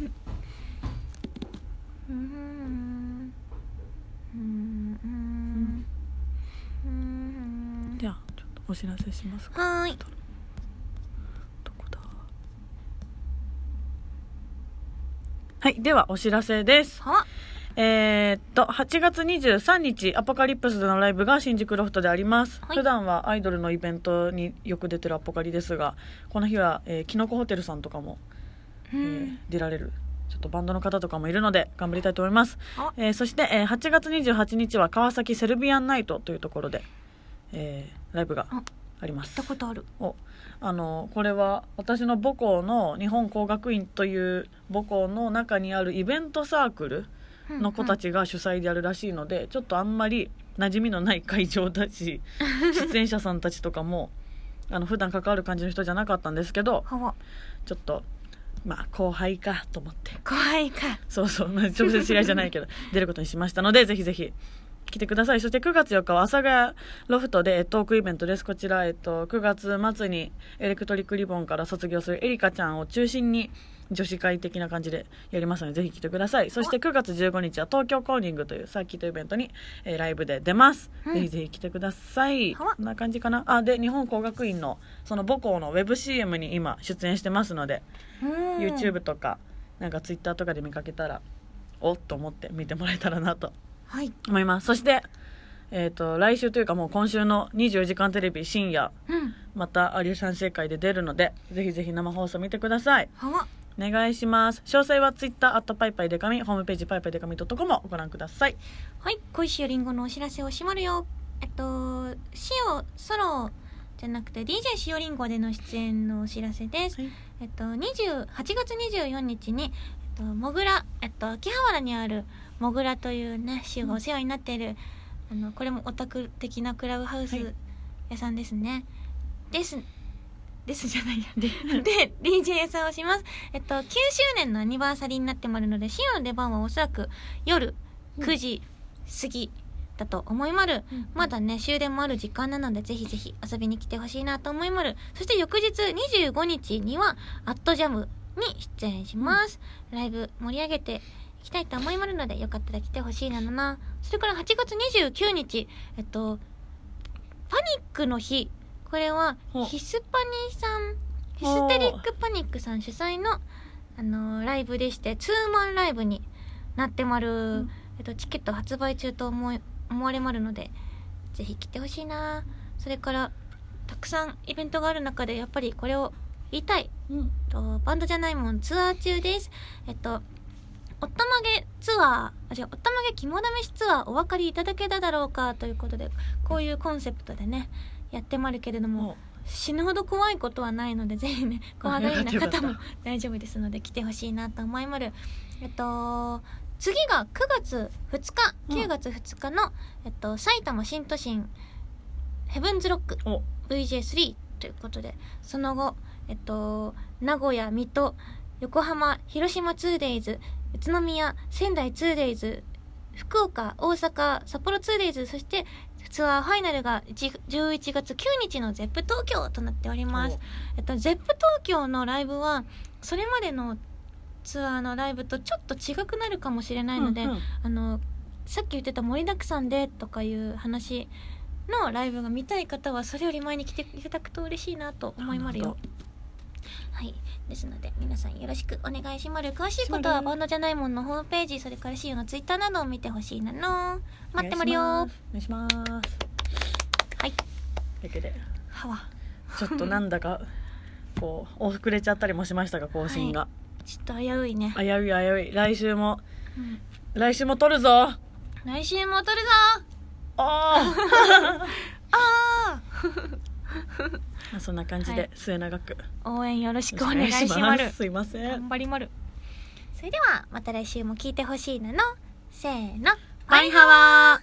Speaker 1: ーんうーんうーんうーん
Speaker 2: じゃあちょっとお知らせしますか
Speaker 1: はーい
Speaker 2: どこだはいではお知らせです
Speaker 1: 歯は
Speaker 2: えーっと8月23日アポカリプスでのライブが新宿ロフトであります、
Speaker 1: はい
Speaker 2: 普段はアイドルのイベントによく出てるアポカリですがこの日は、えー、キノコホテルさんとかも、
Speaker 1: う
Speaker 2: えー
Speaker 1: ん
Speaker 2: 出られるちょっとバンドの方とかもいるので頑張りたいと思います
Speaker 1: あ、
Speaker 2: えーそして、えー8月28日は川崎セルビアンナイトというところで、えーライブが
Speaker 1: あ
Speaker 2: ありま
Speaker 1: 行っ
Speaker 2: す
Speaker 1: たことある
Speaker 2: おあのこれは私の母校の日本工学院という母校の中にあるイベントサークルの子た
Speaker 1: ち
Speaker 2: ちが主催でやるらしいので、ちょっとあんまり馴染みのない会場だし出演者さんたちとかもあの普段関わる感じの人じゃなかったんですけど
Speaker 1: ほぼ
Speaker 2: ちょっとまあ後輩かと思って
Speaker 1: 怖いか
Speaker 2: そうそう、まあ、直接知り合いじゃないけど出ることにしましたの でぜひぜひ来てくださいそして9月4日は阿佐ヶ谷ロフトでえっとトークイベントですこちら、えっと、9月末にエレクトリックリボンから卒業するエリカちゃんを中心に女子会的な感じでやりますのでぜひ来てくださいそして9月15日は東京コーニングというサーキットイベントに、えーライブで出ます、
Speaker 1: うん
Speaker 2: ぜひぜひ来てください
Speaker 1: はわ
Speaker 2: こんな感じかなあで日本工学院のその母校のウェブ CM に今出演してますので
Speaker 1: うん
Speaker 2: YouTube とかなんか Twitter とかで見かけたらおっと思って見てもらえたらなと
Speaker 1: はい
Speaker 2: 思いますそして、えー、と来週というかもう今週の『24時間テレビ』深夜
Speaker 1: うん
Speaker 2: また有吉反省会で出るのでぜひぜひ生放送見てください
Speaker 1: ほぼ
Speaker 2: お願いします詳細は Twitter アットパイパイデカミホームページパイパイデカミ .com もご覧ください
Speaker 1: はい、恋しよりんごのお知らせを閉まるよ。えっと、しおソロじゃなくて DJ しおりんごでの出演のお知らせです。
Speaker 2: はい
Speaker 1: えっと、20 8月24日に、えっと、もぐら、えっと、秋葉原にあるもぐらというね、しおがお世話になっている、あの、これもオタク的なクラブハウス
Speaker 2: はい
Speaker 1: 屋さんですね。です、ですじゃないや。 で、DJ 屋さんをします。えっと、9周年のアニバーサリーになってもらうので、しおの出番はおそらく夜9時過ぎだと思いまる。まだね、終電もある時間なので、ぜひぜひ遊びに来てほしいなと思いまる。そして翌日25日には、アットジャムに出演します。ライブ盛り上げていきたいと思いまるので、よかったら来てほしいなのな。それから8月29日、えっと、パニックの日。これは、
Speaker 2: ほ
Speaker 1: ヒスパニさん、ヒステリックパニックさん主催の、あのーライブでして、ツーマンライブになってまる。
Speaker 2: ん
Speaker 1: えっと、チケット発売中と思い思われまるので、ぜひ来てほしいなそれから、たくさんイベントがある中で、やっぱりこれを言いたい。
Speaker 2: うん
Speaker 1: えっとバンドじゃないもんツアー中です。えっと、おったまげツアー、あ、違う、おったまげ肝試しツアーお分かりいただけただろうかということで、こういうコンセプトでね、やってまるけれども、
Speaker 2: も
Speaker 1: 死ぬほど怖いことはないので、ぜ ひね、怖がりな
Speaker 2: よかった
Speaker 1: 方
Speaker 2: よかっ
Speaker 1: も大丈夫ですので、来てほしいなと思いまる。えっと、次が9月2日、
Speaker 2: うん
Speaker 1: 9月2日の、えっと、埼玉新都心、ヘブンズロック
Speaker 2: うお
Speaker 1: VJ3 ということでその後、えっと、名古屋水戸横浜広島 2days 宇都宮仙台 2days 福岡大阪札幌 2days そしてツアーファイナルが1 11月9日の ZEP 東京となっておりますえっと、ZEP 東京のライブはそれまでのツアーのライブとちょっと違くなるかもしれないので、
Speaker 2: うんうん
Speaker 1: あのさっき言ってた盛りだくさんでとかいう話のライブが見たい方はそれより前に来ていただくと嬉しいなと思いまる
Speaker 2: なる
Speaker 1: よ
Speaker 2: ほ。
Speaker 1: はい、ですので皆さんよろしくお願いしまる詳しいことは
Speaker 2: しまる
Speaker 1: バンドじゃないもんのホームページそれからシオのツイッターなどを見てほしいなの
Speaker 2: お
Speaker 1: 待ってまるよ
Speaker 2: 願
Speaker 1: はい
Speaker 2: しますお願いしま
Speaker 1: い
Speaker 2: すというわけで
Speaker 1: はわ
Speaker 2: ちょっとなんだかこう遅れちゃったりもしましたが更新が、
Speaker 1: ちょっと危ういね、
Speaker 2: 危うい危うい来週も
Speaker 1: うん
Speaker 2: 来週も撮るぞあ
Speaker 1: 来週も撮るぞ
Speaker 2: あ
Speaker 1: あ
Speaker 2: ーそんな感じ
Speaker 1: は
Speaker 2: で
Speaker 1: い
Speaker 2: 末永く
Speaker 1: ー応援よろしくお願いしまる
Speaker 2: すすいません
Speaker 1: 頑張りまるそれではまた来週も聞いてほしいなのせーの
Speaker 2: バイハワー